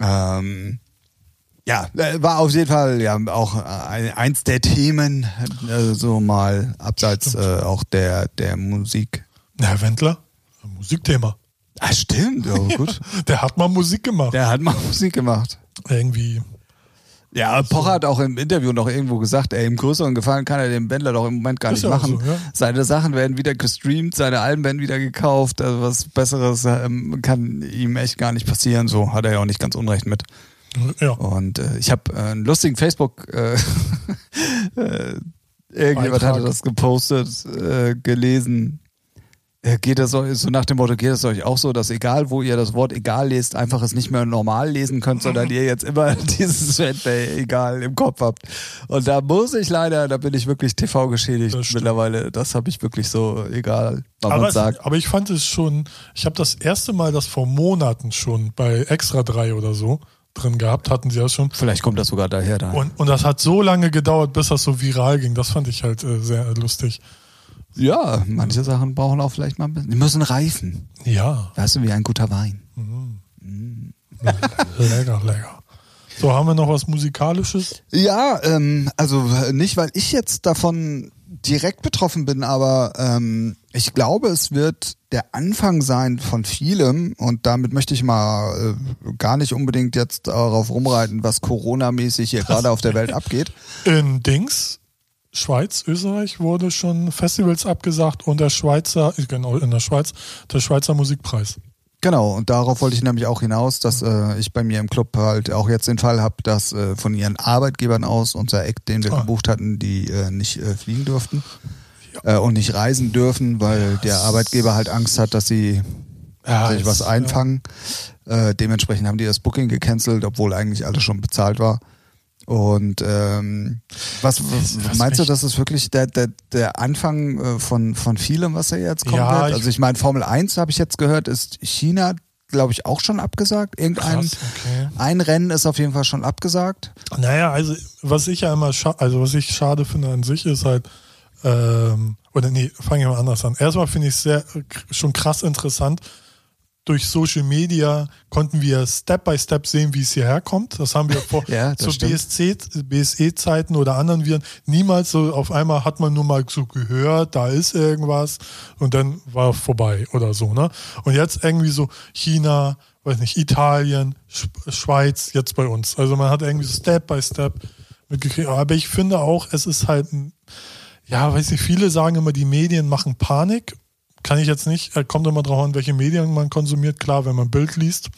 Speaker 2: Ähm, ja, äh, war auf jeden Fall ja auch äh, ein- eins der Themen, äh, so mal abseits äh, auch der, der Musik.
Speaker 1: Na, Wendler, Musikthema.
Speaker 2: Ah, stimmt, ja, gut.
Speaker 1: Der hat mal Musik gemacht.
Speaker 2: Der hat mal Musik gemacht.
Speaker 1: Irgendwie.
Speaker 2: Ja, Pocher hat auch im Interview noch irgendwo gesagt, ey, im größeren Gefallen kann er dem Wendler doch im Moment gar
Speaker 1: Ist
Speaker 2: nicht
Speaker 1: ja auch
Speaker 2: machen.
Speaker 1: so, ja.
Speaker 2: Seine Sachen werden wieder gestreamt, seine Alben werden wieder gekauft, also was Besseres ähm, kann ihm echt gar nicht passieren, so hat er ja auch nicht ganz Unrecht mit.
Speaker 1: Ja.
Speaker 2: Und äh, ich habe äh, einen lustigen Facebook, äh, äh, irgendjemand
Speaker 1: Beitrag.
Speaker 2: hatte das gepostet, äh, gelesen. Äh, Geht das euch, so nach dem Motto, geht es euch auch so, dass egal, wo ihr das Wort egal lest, einfach es nicht mehr normal lesen könnt, sondern ihr jetzt immer dieses Wendley egal im Kopf habt. Und da muss ich leider, da bin ich wirklich TV geschädigt
Speaker 1: Das stimmt.
Speaker 2: mittlerweile. Das habe ich wirklich so egal, was
Speaker 1: Aber,
Speaker 2: man
Speaker 1: es,
Speaker 2: sagt.
Speaker 1: aber ich fand es schon, ich habe das erste Mal das vor Monaten schon bei Extra 3 oder so drin gehabt, hatten sie ja schon.
Speaker 2: Vielleicht kommt das sogar daher dann.
Speaker 1: Und, und das hat so lange gedauert, bis das so viral ging. Das fand ich halt äh, sehr lustig.
Speaker 2: Ja, manche Sachen brauchen auch vielleicht mal ein bisschen. Die müssen reifen.
Speaker 1: Ja,
Speaker 2: Weißt du, wie ein guter Wein.
Speaker 1: lecker, lecker. So, haben wir noch was Musikalisches?
Speaker 2: Ja, ähm, also nicht, weil ich jetzt davon direkt betroffen bin, aber ähm, ich glaube, es wird der Anfang sein von vielem und damit möchte ich mal äh, gar nicht unbedingt jetzt darauf rumreiten, was Corona-mäßig hier gerade auf der Welt abgeht.
Speaker 1: In Dings, Schweiz, Österreich wurde schon Festivals abgesagt und der Schweizer, äh, genau, in der Schweiz, der Schweizer Musikpreis.
Speaker 2: Genau, und darauf wollte ich nämlich auch hinaus, dass äh, ich bei mir im Club halt auch jetzt den Fall habe, dass äh, von ihren Arbeitgebern aus unser Eck, den wir
Speaker 1: Ah.
Speaker 2: gebucht hatten, die äh, nicht äh, fliegen durften äh, und nicht reisen dürfen, weil der Arbeitgeber halt Angst hat, dass sie
Speaker 1: Ja,
Speaker 2: sich was
Speaker 1: ist,
Speaker 2: einfangen. Äh, dementsprechend haben die das Booking gecancelt, obwohl eigentlich alles schon bezahlt war. Und ähm, was,
Speaker 1: was
Speaker 2: meinst du,
Speaker 1: mich-
Speaker 2: das ist wirklich der, der, der Anfang äh, von, von vielem, was da jetzt kommt?
Speaker 1: Ja,
Speaker 2: wird?
Speaker 1: ich-
Speaker 2: Also ich meine, Formel 1 habe ich jetzt gehört, ist China, glaube ich, auch schon abgesagt. Irgendein
Speaker 1: Krass, okay.
Speaker 2: ein Rennen ist auf jeden Fall schon abgesagt.
Speaker 1: Naja, also was ich ja immer scha also was ich schade finde an sich ist halt, ähm, oder nee, fangen wir mal anders an. Erstmal finde ich es sehr äh, k- schon krass interessant. Durch Social Media konnten wir Step by Step sehen, wie es hierher kommt. Das haben wir vor
Speaker 2: Ja, das
Speaker 1: zu
Speaker 2: stimmt.
Speaker 1: BSC, BSE-Zeiten oder anderen Viren niemals so auf einmal hat man nur mal so gehört, da ist irgendwas und dann war vorbei oder so, ne? Und jetzt irgendwie so China, weiß nicht, Italien, Sch Schweiz, jetzt bei uns. Also man hat irgendwie so Step by Step mitgekriegt. Aber ich finde auch, es ist halt, ein- ja, weiß nicht, viele sagen immer, die Medien machen Panik. Kann ich jetzt nicht, äh, kommt immer drauf an, welche Medien man konsumiert. Klar, wenn man Bild liest,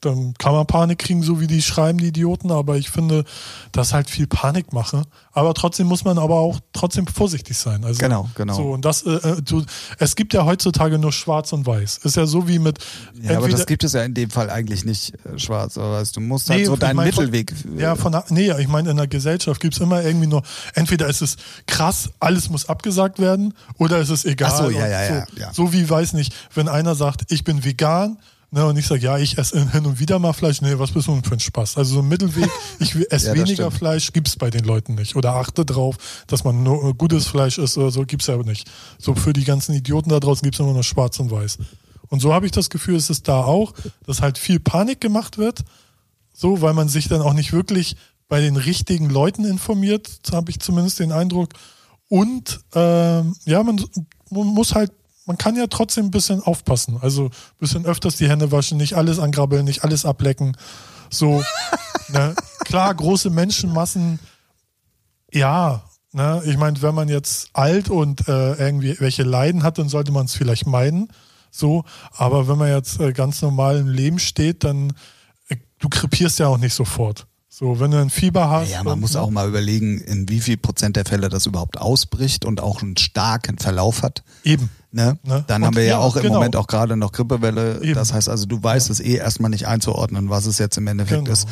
Speaker 1: dann kann man Panik kriegen, so wie die schreiben, die Idioten. Aber ich finde, dass halt viel Panik mache. Aber trotzdem muss man aber auch trotzdem vorsichtig sein. Also,
Speaker 2: Genau, genau.
Speaker 1: So, und das, äh, äh, du, es gibt ja heutzutage nur schwarz und weiß. Ist ja so wie mit.
Speaker 2: Ja, aber
Speaker 1: entweder-
Speaker 2: das gibt es ja in dem Fall eigentlich nicht äh, schwarz. Aber weißt, du musst halt
Speaker 1: Nee,
Speaker 2: so
Speaker 1: ich
Speaker 2: deinen
Speaker 1: mein, von-
Speaker 2: Mittelweg. äh,
Speaker 1: Ja, von der, nee, ich meine, in der Gesellschaft gibt es immer irgendwie nur, entweder ist es krass, alles muss abgesagt werden, oder ist es ist egal.
Speaker 2: Ach so, ja,
Speaker 1: und
Speaker 2: ja,
Speaker 1: so,
Speaker 2: ja, ja.
Speaker 1: so wie, weiß nicht, wenn einer sagt, ich bin vegan, ne, und ich sage, ja, ich esse hin und wieder mal Fleisch, nee, was bist du denn für ein Spaß? Also so ein Mittelweg, ich we- esse
Speaker 2: Ja, das
Speaker 1: weniger
Speaker 2: stimmt.
Speaker 1: Fleisch, gibt es bei den Leuten nicht. Oder achte drauf, dass man nur äh, gutes Fleisch isst oder so, gibt es ja aber nicht. So für die ganzen Idioten da draußen gibt es immer nur schwarz und weiß. Und so habe ich das Gefühl, es ist da auch, dass halt viel Panik gemacht wird, so, weil man sich dann auch nicht wirklich bei den richtigen Leuten informiert, habe ich zumindest den Eindruck. Und ähm, ja, man, man muss halt, man kann ja trotzdem ein bisschen aufpassen. Also ein bisschen öfters die Hände waschen, nicht alles angrabbeln, nicht alles ablecken. So, ne? klar, große Menschenmassen, ja. Ne? Ich meine, wenn man jetzt alt und äh, irgendwie welche Leiden hat, dann sollte man es vielleicht meiden. So, aber wenn man jetzt äh, ganz normal im Leben steht, dann äh, du krepierst ja auch nicht sofort. So, wenn du ein Fieber hast.
Speaker 2: Ja, man
Speaker 1: und-
Speaker 2: muss auch mal überlegen, in wie viel Prozent der Fälle das überhaupt ausbricht und auch einen starken Verlauf hat.
Speaker 1: Eben.
Speaker 2: Ne?
Speaker 1: Ne?
Speaker 2: Dann
Speaker 1: Und
Speaker 2: haben wir ja
Speaker 1: ja,
Speaker 2: auch im
Speaker 1: genau.
Speaker 2: Moment auch gerade noch Grippewelle.
Speaker 1: Eben.
Speaker 2: Das heißt also, du weißt es eh erstmal nicht einzuordnen, was es jetzt im Endeffekt
Speaker 1: Genau.
Speaker 2: ist.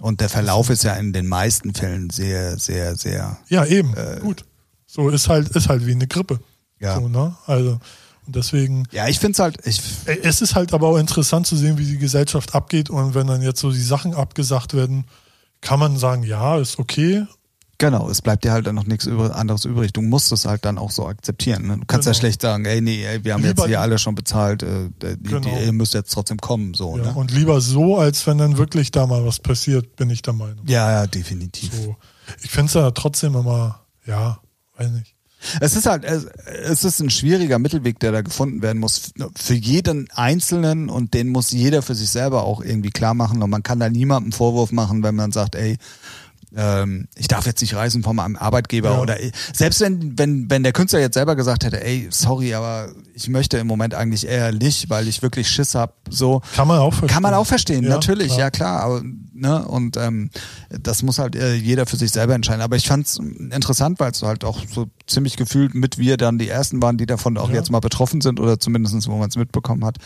Speaker 2: Und der Verlauf ist ja in den meisten Fällen sehr, sehr, sehr.
Speaker 1: Ja, eben. Gut. So ist halt, ist halt wie eine Grippe.
Speaker 2: Äh, Ja.
Speaker 1: So, ne? Also, und deswegen.
Speaker 2: Ja, ich finde es halt, ich,
Speaker 1: Äh, Es ist halt aber auch interessant zu sehen, wie die Gesellschaft abgeht. Und wenn dann jetzt so die Sachen abgesagt werden, kann man sagen, ja, ist okay.
Speaker 2: genau, es bleibt dir halt dann noch nichts übr- anderes übrig. Du musst es halt dann auch so akzeptieren. Ne? Du kannst ja
Speaker 1: Genau.
Speaker 2: schlecht sagen, ey, nee, ey, wir haben jetzt
Speaker 1: Lieber-
Speaker 2: hier alle schon bezahlt, äh, die, die,
Speaker 1: Genau.
Speaker 2: ihr müsst jetzt trotzdem kommen, so,
Speaker 1: Ja.
Speaker 2: ne?
Speaker 1: Und lieber so, als wenn dann wirklich da mal was passiert, bin ich der Meinung.
Speaker 2: Ja, ja, definitiv.
Speaker 1: So. Ich finde es ja trotzdem immer, ja, weiß nicht.
Speaker 2: Es ist halt, es- es ist ein schwieriger Mittelweg, der da gefunden werden muss. Für jeden Einzelnen und den muss jeder für sich selber auch irgendwie klar machen. Und man kann da niemandem Vorwurf machen, wenn man sagt, ey, ähm, ich darf jetzt nicht reisen vom Arbeitgeber
Speaker 1: Ja.
Speaker 2: oder selbst wenn, wenn, wenn der Künstler jetzt selber gesagt hätte, ey, sorry, aber ich möchte im Moment eigentlich eher nicht, weil ich wirklich Schiss hab, so.
Speaker 1: Kann man auch verstehen.
Speaker 2: Kann man auch verstehen,
Speaker 1: Ja,
Speaker 2: natürlich,
Speaker 1: klar.
Speaker 2: ja klar. Aber, ne, und ähm, das muss halt äh, jeder für sich selber entscheiden. Aber ich fand's interessant, weil es halt auch so ziemlich gefühlt mit wir dann die Ersten waren, die davon auch
Speaker 1: Ja.
Speaker 2: jetzt mal betroffen sind oder zumindestens wo man es mitbekommen hat.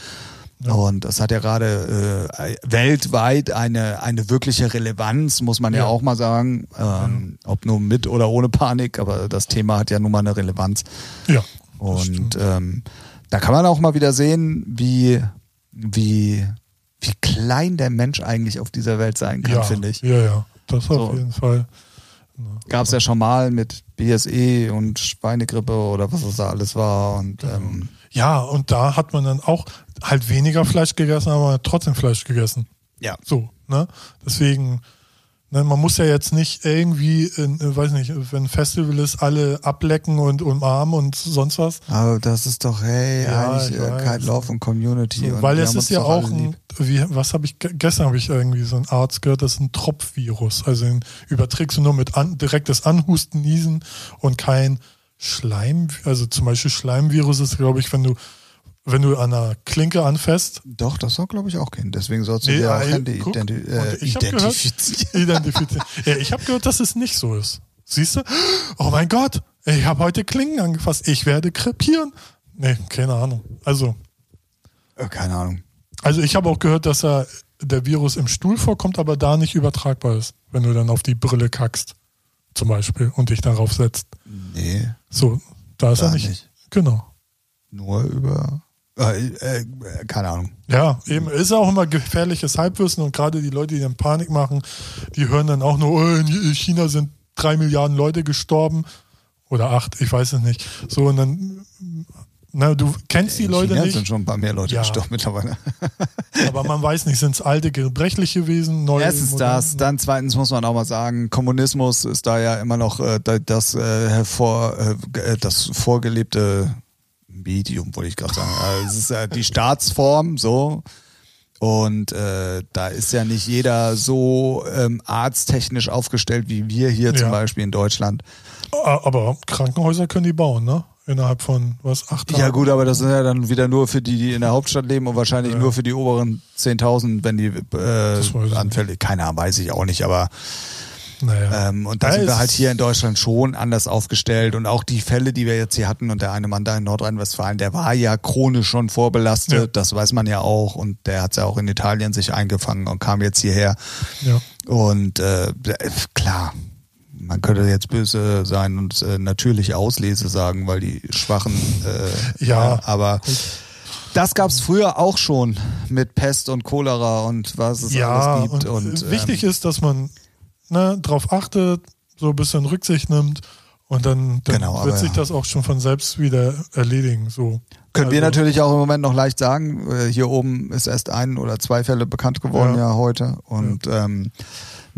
Speaker 2: Und das hat ja gerade äh, weltweit eine, eine wirkliche Relevanz, muss man ja,
Speaker 1: Ja.
Speaker 2: auch mal sagen. Ähm, Ob nur mit oder ohne Panik, aber das Thema hat ja nun mal eine Relevanz.
Speaker 1: Ja.
Speaker 2: Und ähm, da kann man auch mal wieder sehen, wie, wie, wie klein der Mensch eigentlich auf dieser Welt sein kann,
Speaker 1: ja,
Speaker 2: finde ich.
Speaker 1: Ja, ja. Das
Speaker 2: So.
Speaker 1: auf jeden Fall.
Speaker 2: Gab es ja schon mal mit BSE und Schweinegrippe oder was es da alles war. Und
Speaker 1: Genau.
Speaker 2: ähm,
Speaker 1: Ja, und da hat man dann auch halt weniger Fleisch gegessen, aber man hat trotzdem Fleisch gegessen.
Speaker 2: ja.
Speaker 1: So, ne? Deswegen, ne, man muss ja jetzt nicht irgendwie, in, äh, weiß nicht, wenn ein Festival ist, alle ablecken und umarmen und sonst was.
Speaker 2: Aber das ist doch, hey,
Speaker 1: Ja,
Speaker 2: eigentlich
Speaker 1: ich
Speaker 2: äh,
Speaker 1: weiß.
Speaker 2: Kite Love und Community. und
Speaker 1: Weil
Speaker 2: wir
Speaker 1: es
Speaker 2: haben
Speaker 1: ist
Speaker 2: uns
Speaker 1: ja
Speaker 2: doch alle
Speaker 1: auch
Speaker 2: lieb.
Speaker 1: ein, wie, was habe ich, ge- gestern habe ich irgendwie so einen Arzt gehört, das ist ein Tropfvirus. Also den überträgst du nur mit an, direktes Anhusten, Niesen und kein Schleim, also zum Beispiel Schleimvirus ist, glaube ich, wenn du, wenn du an einer Klinke anfäst,
Speaker 2: Doch, das soll, glaube ich, auch gehen. Deswegen sollst du
Speaker 1: Nee,
Speaker 2: dir auch
Speaker 1: ey,
Speaker 2: Hände
Speaker 1: guck.
Speaker 2: identi
Speaker 1: Und
Speaker 2: äh,
Speaker 1: ich hab gehört-
Speaker 2: identifizieren.
Speaker 1: identifizieren. ja, ich habe gehört, dass es nicht so ist. Siehst du? Oh mein Gott, ich habe heute Klingen angefasst. Ich werde krepieren. Nee, keine Ahnung. Also,
Speaker 2: Äh, Keine Ahnung.
Speaker 1: also ich habe auch gehört, dass er, der Virus im Stuhl vorkommt, aber da nicht übertragbar ist, wenn du dann auf die Brille kackst, zum Beispiel, und dich darauf setzt.
Speaker 2: Nee,
Speaker 1: So, da ist
Speaker 2: Da
Speaker 1: er nicht.
Speaker 2: nicht.
Speaker 1: Genau.
Speaker 2: nur über. Äh, äh, äh, keine Ahnung.
Speaker 1: Ja, eben ist auch immer gefährliches Halbwissen und gerade die Leute, die dann Panik machen, die hören dann auch nur, oh, in China sind drei Milliarden Leute gestorben oder acht, ich weiß es nicht. So und dann, na, du kennst die
Speaker 2: In
Speaker 1: Leute
Speaker 2: China sind
Speaker 1: nicht,
Speaker 2: schon ein paar mehr Leute
Speaker 1: Ja.
Speaker 2: gestorben mittlerweile.
Speaker 1: aber man weiß nicht, sind es alte, gebrechliche Wesen, neue.
Speaker 2: Erstens
Speaker 1: moderne?
Speaker 2: das, dann zweitens muss man auch mal sagen, Kommunismus ist da ja immer noch äh, da- das äh, hervor, äh, ge- äh, das vorgelebte Medium, wollte ich gerade sagen. Also es ist äh, die Staatsform, so. Und äh, da ist ja nicht jeder so ähm, arzttechnisch aufgestellt wie wir hier zum
Speaker 1: Ja.
Speaker 2: Beispiel in Deutschland.
Speaker 1: A- Ah, Aber Krankenhäuser können die bauen, ne? Innerhalb von, was, acht Tagen?
Speaker 2: Ja gut, aber das sind ja dann wieder nur für die, die in der Hauptstadt leben und wahrscheinlich
Speaker 1: Ja.
Speaker 2: nur für die oberen 10.000, wenn die
Speaker 1: weiß ich
Speaker 2: äh,
Speaker 1: nicht.
Speaker 2: anfällig, keine Ahnung, weiß ich auch nicht, aber
Speaker 1: Naja.
Speaker 2: Ähm, und da
Speaker 1: Ja,
Speaker 2: sind wir
Speaker 1: es-
Speaker 2: halt hier in Deutschland schon anders aufgestellt. Und auch die Fälle, die wir jetzt hier hatten, und der eine Mann da in Nordrhein-Westfalen, der war ja chronisch schon vorbelastet,
Speaker 1: Ja.
Speaker 2: das weiß man ja auch. Und der hat ja auch in Italien sich eingefangen und kam jetzt hierher.
Speaker 1: ja.
Speaker 2: Und äh, klar, man könnte jetzt böse sein und äh, natürlich Auslese sagen, weil die Schwachen. Äh,
Speaker 1: Ja.
Speaker 2: aber. Das gab es früher auch schon mit Pest und Cholera und was es
Speaker 1: ja,
Speaker 2: alles gibt. Und, ähm,
Speaker 1: und äh, wichtig ist, dass man ne, drauf achtet, so ein bisschen Rücksicht nimmt und dann, dann
Speaker 2: Genau, aber
Speaker 1: wird sich
Speaker 2: ja.
Speaker 1: das auch schon von selbst wieder erledigen. So.
Speaker 2: Können wir
Speaker 1: Also,
Speaker 2: natürlich auch im Moment noch leicht sagen. Äh, Hier oben ist erst ein oder zwei Fälle bekannt geworden, ja,
Speaker 1: Ja.
Speaker 2: heute. Und ähm,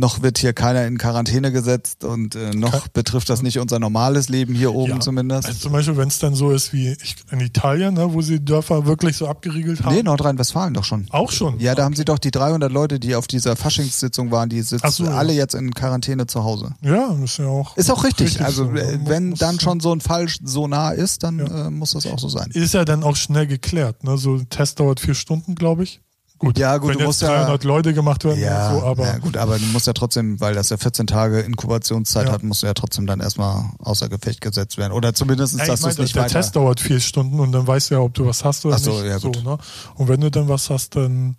Speaker 2: noch wird hier keiner in Quarantäne gesetzt und äh, noch betrifft das nicht unser normales Leben hier oben
Speaker 1: ja.
Speaker 2: zumindest.
Speaker 1: Also zum Beispiel, wenn es dann so ist wie ich, in Italien, ne, wo sie Dörfer wirklich so abgeriegelt haben.
Speaker 2: nee, Nordrhein-Westfalen doch schon.
Speaker 1: Auch schon.
Speaker 2: Ja, da haben sie doch die 300 Leute, die auf dieser Faschingssitzung waren, die sitzen
Speaker 1: Ach so, ja.
Speaker 2: alle jetzt in Quarantäne zu Hause.
Speaker 1: Ja, ist ja auch.
Speaker 2: Ist auch richtig. also
Speaker 1: so,
Speaker 2: äh,
Speaker 1: ne?
Speaker 2: wenn
Speaker 1: Muss-
Speaker 2: dann schon so ein Fall so nah ist, dann äh, muss das auch so sein.
Speaker 1: Ist ja dann auch schnell geklärt. Ne? So ein Test dauert vier Stunden, glaube ich. Gut,
Speaker 2: Ja, gut,
Speaker 1: wenn
Speaker 2: du
Speaker 1: jetzt
Speaker 2: musst ja-
Speaker 1: 300 Leute gemacht werden,
Speaker 2: Ja,
Speaker 1: und so, aber
Speaker 2: ja, gut, aber du musst ja trotzdem, weil das ja 14 Tage Inkubationszeit
Speaker 1: Ja.
Speaker 2: hat, musst du ja trotzdem dann erstmal außer Gefecht gesetzt werden. Oder zumindest,
Speaker 1: Ja, ich
Speaker 2: dass du
Speaker 1: meine,
Speaker 2: es nicht
Speaker 1: der
Speaker 2: weiter...
Speaker 1: Test dauert vier Stunden und dann weißt du ja, ob du was hast oder
Speaker 2: Ach so,
Speaker 1: nicht.
Speaker 2: ja, gut.
Speaker 1: So, ne? Und wenn du dann was hast, dann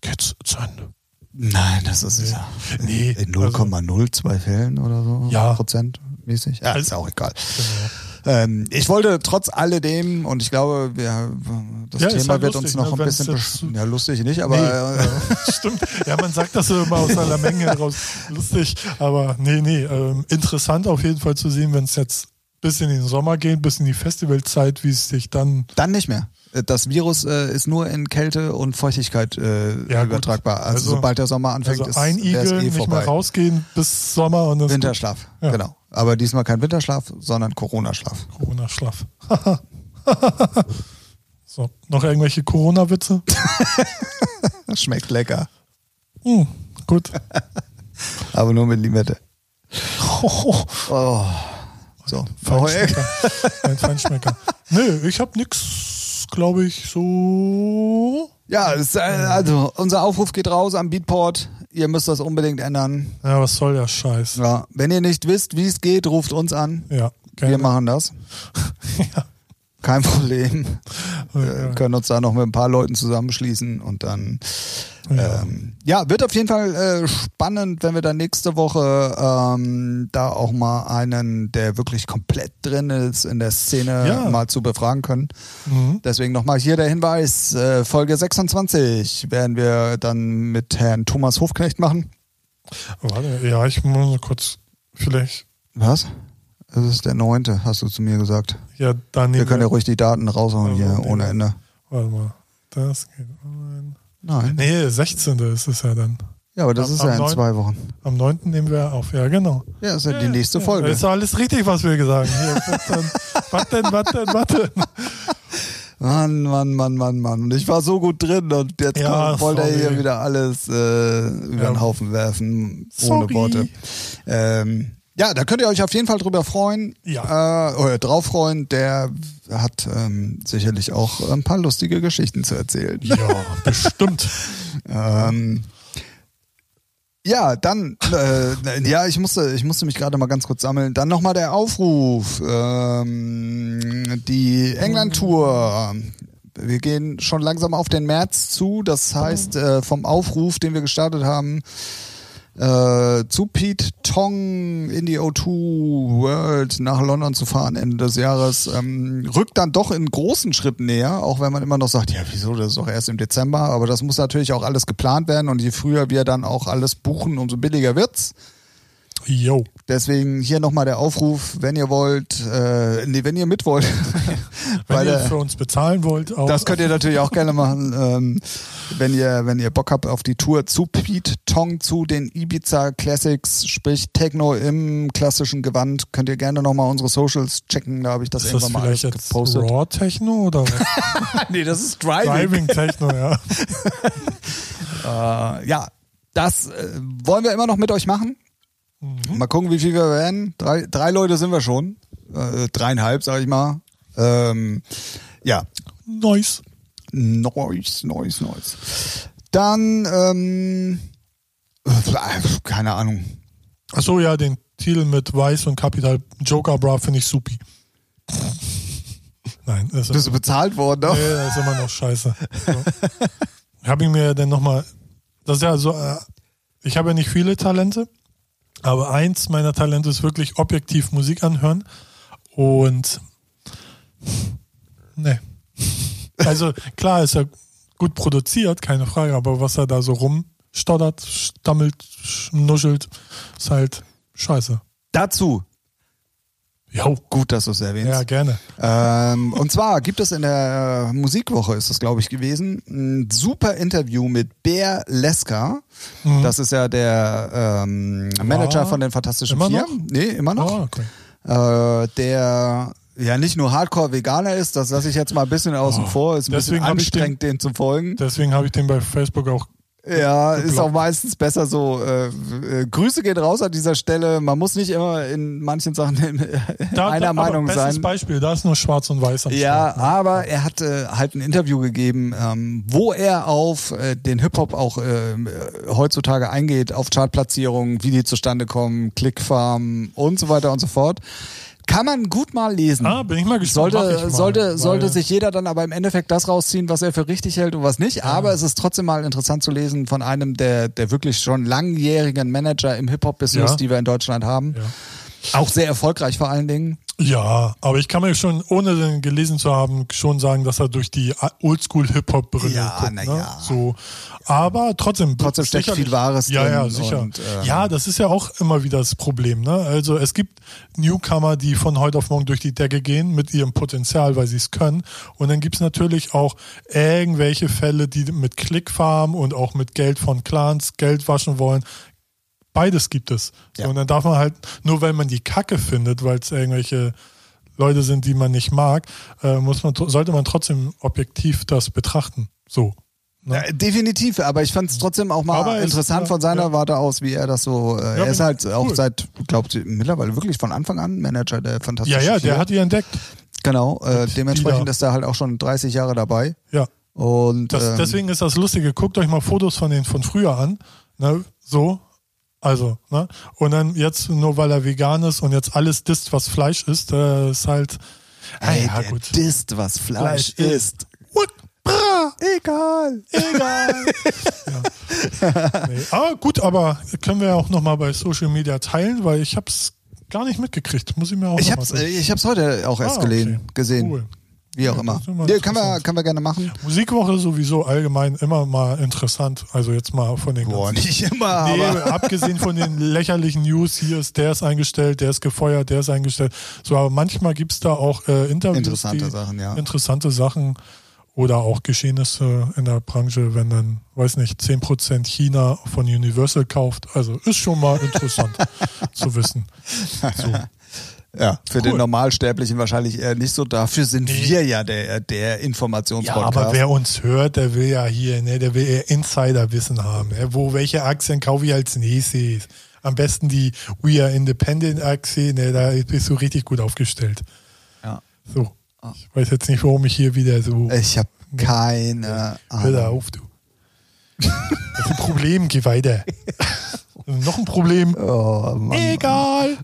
Speaker 1: geht's zu Ende.
Speaker 2: Nein, das ist
Speaker 1: Nee.
Speaker 2: ja
Speaker 1: Nee,
Speaker 2: in 0,02 Fällen oder so
Speaker 1: Ja.
Speaker 2: Prozent mäßig. Ja,
Speaker 1: Also-
Speaker 2: ist auch egal.
Speaker 1: Genau.
Speaker 2: Ähm, ich wollte trotz alledem, und ich glaube, wir, das
Speaker 1: Ja, ist
Speaker 2: Thema
Speaker 1: halt
Speaker 2: wird
Speaker 1: lustig,
Speaker 2: uns noch
Speaker 1: ne,
Speaker 2: ein
Speaker 1: wenn's
Speaker 2: bisschen...
Speaker 1: jetzt-
Speaker 2: besch- Ja, lustig nicht, aber...
Speaker 1: Nee, ja,
Speaker 2: äh,
Speaker 1: stimmt. Ja, man sagt das so immer aus aller Menge raus. Lustig. Aber nee, nee. Ähm, interessant auf jeden Fall zu sehen, wenn es jetzt bis in den Sommer geht, bis in die Festivalzeit, wie es sich dann.
Speaker 2: Dann nicht mehr. Das Virus äh, ist nur in Kälte und Feuchtigkeit äh,
Speaker 1: Ja, gut.
Speaker 2: übertragbar. Also,
Speaker 1: Also-
Speaker 2: sobald der Sommer anfängt,
Speaker 1: Also
Speaker 2: ist
Speaker 1: ein
Speaker 2: wär's
Speaker 1: Igel,
Speaker 2: eh
Speaker 1: nicht
Speaker 2: vorbei.
Speaker 1: mehr rausgehen bis Sommer und dann
Speaker 2: Winterschlaf,
Speaker 1: Ja.
Speaker 2: genau. Aber diesmal kein Winterschlaf, sondern Corona-Schlaf.
Speaker 1: Corona-Schlaf. so, noch irgendwelche Corona-Witze?
Speaker 2: Das schmeckt lecker.
Speaker 1: Hm, gut.
Speaker 2: Aber nur mit Limette.
Speaker 1: Oh,
Speaker 2: Oh. So.
Speaker 1: Feinschmecker. Ein Feinschmecker. Nö, ich habe nix, glaube ich, so.
Speaker 2: Ja, es, äh, also unser Aufruf geht raus am Beatport. Ihr müsst das unbedingt ändern.
Speaker 1: Ja, was soll der Scheiß?
Speaker 2: Ja. Wenn ihr nicht wisst, wie es geht, ruft uns an.
Speaker 1: Ja,
Speaker 2: Wir
Speaker 1: gerne.
Speaker 2: machen das.
Speaker 1: Ja.
Speaker 2: Kein Problem.
Speaker 1: Ja.
Speaker 2: Wir können uns da noch mit ein paar Leuten zusammenschließen und dann. Ja, ähm, ja wird auf jeden Fall äh, spannend, wenn wir dann nächste Woche ähm, da auch mal einen, der wirklich komplett drin ist in der Szene,
Speaker 1: Ja.
Speaker 2: mal zu befragen können.
Speaker 1: Mhm.
Speaker 2: Deswegen nochmal hier der Hinweis: äh, Folge 26 werden wir dann mit Herrn Thomas Hofknecht machen.
Speaker 1: Warte, ja, ich muss kurz. Vielleicht.
Speaker 2: Was? Es ist der neunte, hast du zu mir gesagt.
Speaker 1: Ja, da nehmen
Speaker 2: Wir können ja ruhig die Daten raushauen
Speaker 1: Also,
Speaker 2: hier
Speaker 1: nee.
Speaker 2: ohne Ende.
Speaker 1: Warte mal. Das geht online.
Speaker 2: Nein.
Speaker 1: Nee, 16. ist es ja dann.
Speaker 2: Ja, aber das
Speaker 1: Am-
Speaker 2: ist ja
Speaker 1: am
Speaker 2: in
Speaker 1: neun-
Speaker 2: zwei Wochen.
Speaker 1: Am 9. nehmen wir auf. Ja, genau.
Speaker 2: Ja, ist ja, die
Speaker 1: Ja,
Speaker 2: nächste
Speaker 1: ja.
Speaker 2: Folge.
Speaker 1: Ist doch alles richtig, was wir gesagt haben. Hier, was denn, was denn, was denn, was denn?
Speaker 2: Mann, Mann, Mann, Mann, Mann. Und ich war so gut drin und jetzt
Speaker 1: Ja,
Speaker 2: kommt- wollte er
Speaker 1: sorry.
Speaker 2: hier wieder alles äh, über
Speaker 1: Ja.
Speaker 2: den Haufen werfen,
Speaker 1: Sorry.
Speaker 2: ohne Worte. Ähm, ja, da könnt ihr euch auf jeden Fall drüber freuen.
Speaker 1: Ja.
Speaker 2: Äh, oder drauf freuen. Der hat ähm, sicherlich auch ein paar lustige Geschichten zu erzählen.
Speaker 1: Ja, bestimmt.
Speaker 2: Ähm, ja, dann, äh, ja, ich musste, ich musste mich gerade mal ganz kurz sammeln. Dann nochmal der Aufruf. Ähm, die England-Tour. Wir gehen schon langsam auf den März zu. Das heißt, äh, vom Aufruf, den wir gestartet haben, äh, zu Pete Tong in die O2 World nach London zu fahren Ende des Jahres, ähm, rückt dann doch in großen Schritten näher, auch wenn man immer noch sagt, ja wieso, das ist doch erst im Dezember, aber das muss natürlich auch alles geplant werden und je früher wir dann auch alles buchen, umso billiger wird's.
Speaker 1: Yo.
Speaker 2: Deswegen hier nochmal der Aufruf, wenn ihr wollt, äh, nee, wenn ihr mit wollt,
Speaker 1: Wenn
Speaker 2: weil
Speaker 1: ihr
Speaker 2: der,
Speaker 1: für uns bezahlen wollt, auch.
Speaker 2: das könnt ihr natürlich auch gerne machen, ähm, wenn, ihr, wenn ihr Bock habt auf die Tour zu Pete Tong, zu den Ibiza Classics, sprich Techno im klassischen Gewand. Könnt ihr gerne nochmal unsere Socials checken, da habe ich das
Speaker 1: ist das
Speaker 2: irgendwann mal alles
Speaker 1: vielleicht jetzt
Speaker 2: gepostet.
Speaker 1: Raw Techno oder was?
Speaker 2: nee, das ist
Speaker 1: Driving
Speaker 2: Driving.
Speaker 1: Techno, ja.
Speaker 2: Äh, ja, das äh, wollen wir immer noch mit euch machen.
Speaker 1: Mhm.
Speaker 2: Mal gucken, wie viel wir werden. Drei, drei Leute sind wir schon. Äh, dreieinhalb, sag ich mal. Ähm, ja,
Speaker 1: Nice.
Speaker 2: Neues, neues, neues. Dann, ähm, äh, keine Ahnung.
Speaker 1: Achso, ja, den Titel mit Weiß und Capital Joker Bra finde ich supi. Nein, das ist,
Speaker 2: Bist du bezahlt worden?
Speaker 1: nee,
Speaker 2: Ne?
Speaker 1: das ist immer noch scheiße. So. habe ich mir denn nochmal. Das ist ja so. Äh, ich habe ja nicht viele Talente, aber eins meiner Talente ist wirklich objektiv Musik anhören und. Nee. Also klar ist er gut produziert, keine Frage, aber was er da so rumstottert, stammelt, schnuschelt, ist halt scheiße.
Speaker 2: Dazu.
Speaker 1: Jo.
Speaker 2: Gut, dass du es
Speaker 1: Ja,
Speaker 2: erwähnst.
Speaker 1: gerne.
Speaker 2: Ähm, und zwar gibt es in der äh, Musikwoche, ist das glaube ich gewesen, ein super Interview mit Bär Leska.
Speaker 1: Mhm. Hm.
Speaker 2: Das ist ja der ähm, Manager
Speaker 1: War
Speaker 2: von den Fantastischen
Speaker 1: immer
Speaker 2: Vier.
Speaker 1: noch?
Speaker 2: Nee, immer noch.
Speaker 1: Ah, okay.
Speaker 2: äh, der ja nicht nur Hardcore-Veganer ist, das lasse ich jetzt mal ein bisschen außen
Speaker 1: Oh,
Speaker 2: vor, ist ein bisschen
Speaker 1: deswegen hab ich
Speaker 2: anstrengend, den zu folgen.
Speaker 1: Deswegen habe ich den bei Facebook auch.
Speaker 2: Ja, ist
Speaker 1: geblockt.
Speaker 2: auch meistens besser so. Äh, äh, Grüße gehen raus an dieser Stelle. Man muss nicht immer in manchen Sachen äh,
Speaker 1: Da,
Speaker 2: einer
Speaker 1: da,
Speaker 2: Meinung
Speaker 1: aber bestes
Speaker 2: sein.
Speaker 1: Beispiel, da ist nur schwarz und weiß am
Speaker 2: Ja,
Speaker 1: Start.
Speaker 2: aber er hat äh, halt ein Interview gegeben, ähm, wo er auf äh, den Hip-Hop auch äh, heutzutage eingeht, auf Chartplatzierungen, wie die zustande kommen, Clickfarm und so weiter und so fort. Kann man gut mal lesen.
Speaker 1: Ah, bin ich mal gespannt. Mach
Speaker 2: Sollte,
Speaker 1: ich mal,
Speaker 2: sollte,
Speaker 1: weil-
Speaker 2: sollte sich jeder dann aber im Endeffekt das rausziehen, was er für richtig hält und was nicht. Aber es ist trotzdem mal interessant zu lesen von einem der, der wirklich schon langjährigen Manager im Hip-Hop-Business,
Speaker 1: Ja.
Speaker 2: die wir in Deutschland haben. Auch sehr erfolgreich vor allen Dingen.
Speaker 1: Ja, aber ich kann mir schon, ohne den gelesen zu haben, schon sagen, dass er durch die Oldschool-Hip-Hop-Brille
Speaker 2: Ja,
Speaker 1: guckt.
Speaker 2: na
Speaker 1: Ne?
Speaker 2: ja.
Speaker 1: So. Aber trotzdem.
Speaker 2: Trotzdem steckt
Speaker 1: sicherlich-
Speaker 2: viel Wahres
Speaker 1: Ja, ja,
Speaker 2: drin
Speaker 1: sicher.
Speaker 2: und, äh,
Speaker 1: ja, das ist ja auch immer wieder das Problem. Ne? Also es gibt Newcomer, die von heute auf morgen durch die Decke gehen mit ihrem Potenzial, weil sie es können. Und dann gibt's natürlich auch irgendwelche Fälle, die mit Klickfarm und auch mit Geld von Clans Geld waschen wollen. Beides gibt es.
Speaker 2: Ja.
Speaker 1: So, und dann darf man halt, nur weil man die Kacke findet, weil es irgendwelche Leute sind, die man nicht mag, äh, muss man, tr- sollte man trotzdem objektiv das betrachten. So. Ne?
Speaker 2: Ja, definitiv, aber ich fand es trotzdem auch mal
Speaker 1: Aber es-
Speaker 2: interessant
Speaker 1: ja,
Speaker 2: von seiner
Speaker 1: ja.
Speaker 2: Warte aus, wie er das so. Äh, er
Speaker 1: finde
Speaker 2: ist
Speaker 1: ich
Speaker 2: halt auch
Speaker 1: cool.
Speaker 2: seit, glaubt mittlerweile wirklich von Anfang an Manager der
Speaker 1: Ja,
Speaker 2: fantastischen
Speaker 1: ja, der
Speaker 2: Vier.
Speaker 1: hat die entdeckt.
Speaker 2: genau. Äh, dementsprechend
Speaker 1: da.
Speaker 2: ist er halt auch schon 30 Jahre dabei
Speaker 1: Ja.
Speaker 2: und
Speaker 1: Das,
Speaker 2: ähm,
Speaker 1: deswegen ist das Lustige, guckt euch mal Fotos von den von früher an. Ne? So. Also, ne? Und dann jetzt, nur weil er vegan ist und jetzt alles disst, was Fleisch ist, äh, ist halt. Ah,
Speaker 2: ey,
Speaker 1: ja,
Speaker 2: der
Speaker 1: gut.
Speaker 2: disst, was Fleisch,
Speaker 1: Fleisch ist.
Speaker 2: ist.
Speaker 1: What? Bra,
Speaker 2: Egal.
Speaker 1: egal. ja. nee. Aber gut, aber können wir auch nochmal bei Social Media teilen, weil ich hab's gar nicht mitgekriegt. Muss ich mir auch
Speaker 2: Ich
Speaker 1: noch
Speaker 2: hab's,
Speaker 1: mal
Speaker 2: äh, ich hab's heute auch erst
Speaker 1: Ah, okay.
Speaker 2: gelesen, gesehen.
Speaker 1: Cool.
Speaker 2: Wie auch
Speaker 1: Ja,
Speaker 2: immer.
Speaker 1: das ist immer
Speaker 2: Nee, können, wir,
Speaker 1: interessant.
Speaker 2: können wir gerne machen.
Speaker 1: Musikwoche sowieso allgemein immer mal interessant. Also jetzt mal von den
Speaker 2: Boah,
Speaker 1: ganzen-
Speaker 2: nicht immer,
Speaker 1: Nee,
Speaker 2: aber.
Speaker 1: abgesehen von den lächerlichen News, hier ist der ist eingestellt, der ist gefeuert, der ist eingestellt. So, aber manchmal gibt es da auch äh, Interviews.
Speaker 2: Interessante
Speaker 1: die- Genau.
Speaker 2: Sachen, ja.
Speaker 1: Interessante Sachen oder auch Geschehnisse in der Branche, wenn dann, weiß nicht, 10% China von Universal kauft. Also ist schon mal interessant zu wissen. So.
Speaker 2: Ja, für den
Speaker 1: Cool.
Speaker 2: Normalsterblichen wahrscheinlich eher nicht so. Dafür sind
Speaker 1: Nee.
Speaker 2: wir ja der, der
Speaker 1: Ja,
Speaker 2: Informationspodcast.
Speaker 1: aber wer uns hört, der will ja hier, ne, der will ja Insiderwissen haben. Ne, wo welche Aktien kaufe ich als nächstes? Am besten die We Are Independent Aktie, ne, da bist du richtig gut aufgestellt.
Speaker 2: Ja.
Speaker 1: So.
Speaker 2: Ah.
Speaker 1: Ich weiß jetzt nicht, warum ich hier wieder so
Speaker 2: Ich habe
Speaker 1: Nee.
Speaker 2: keine
Speaker 1: Hör da
Speaker 2: Ahnung.
Speaker 1: auf, du. Das ist ein Problem, geh weiter. Noch ein Problem.
Speaker 2: Oh, Mann.
Speaker 1: Egal.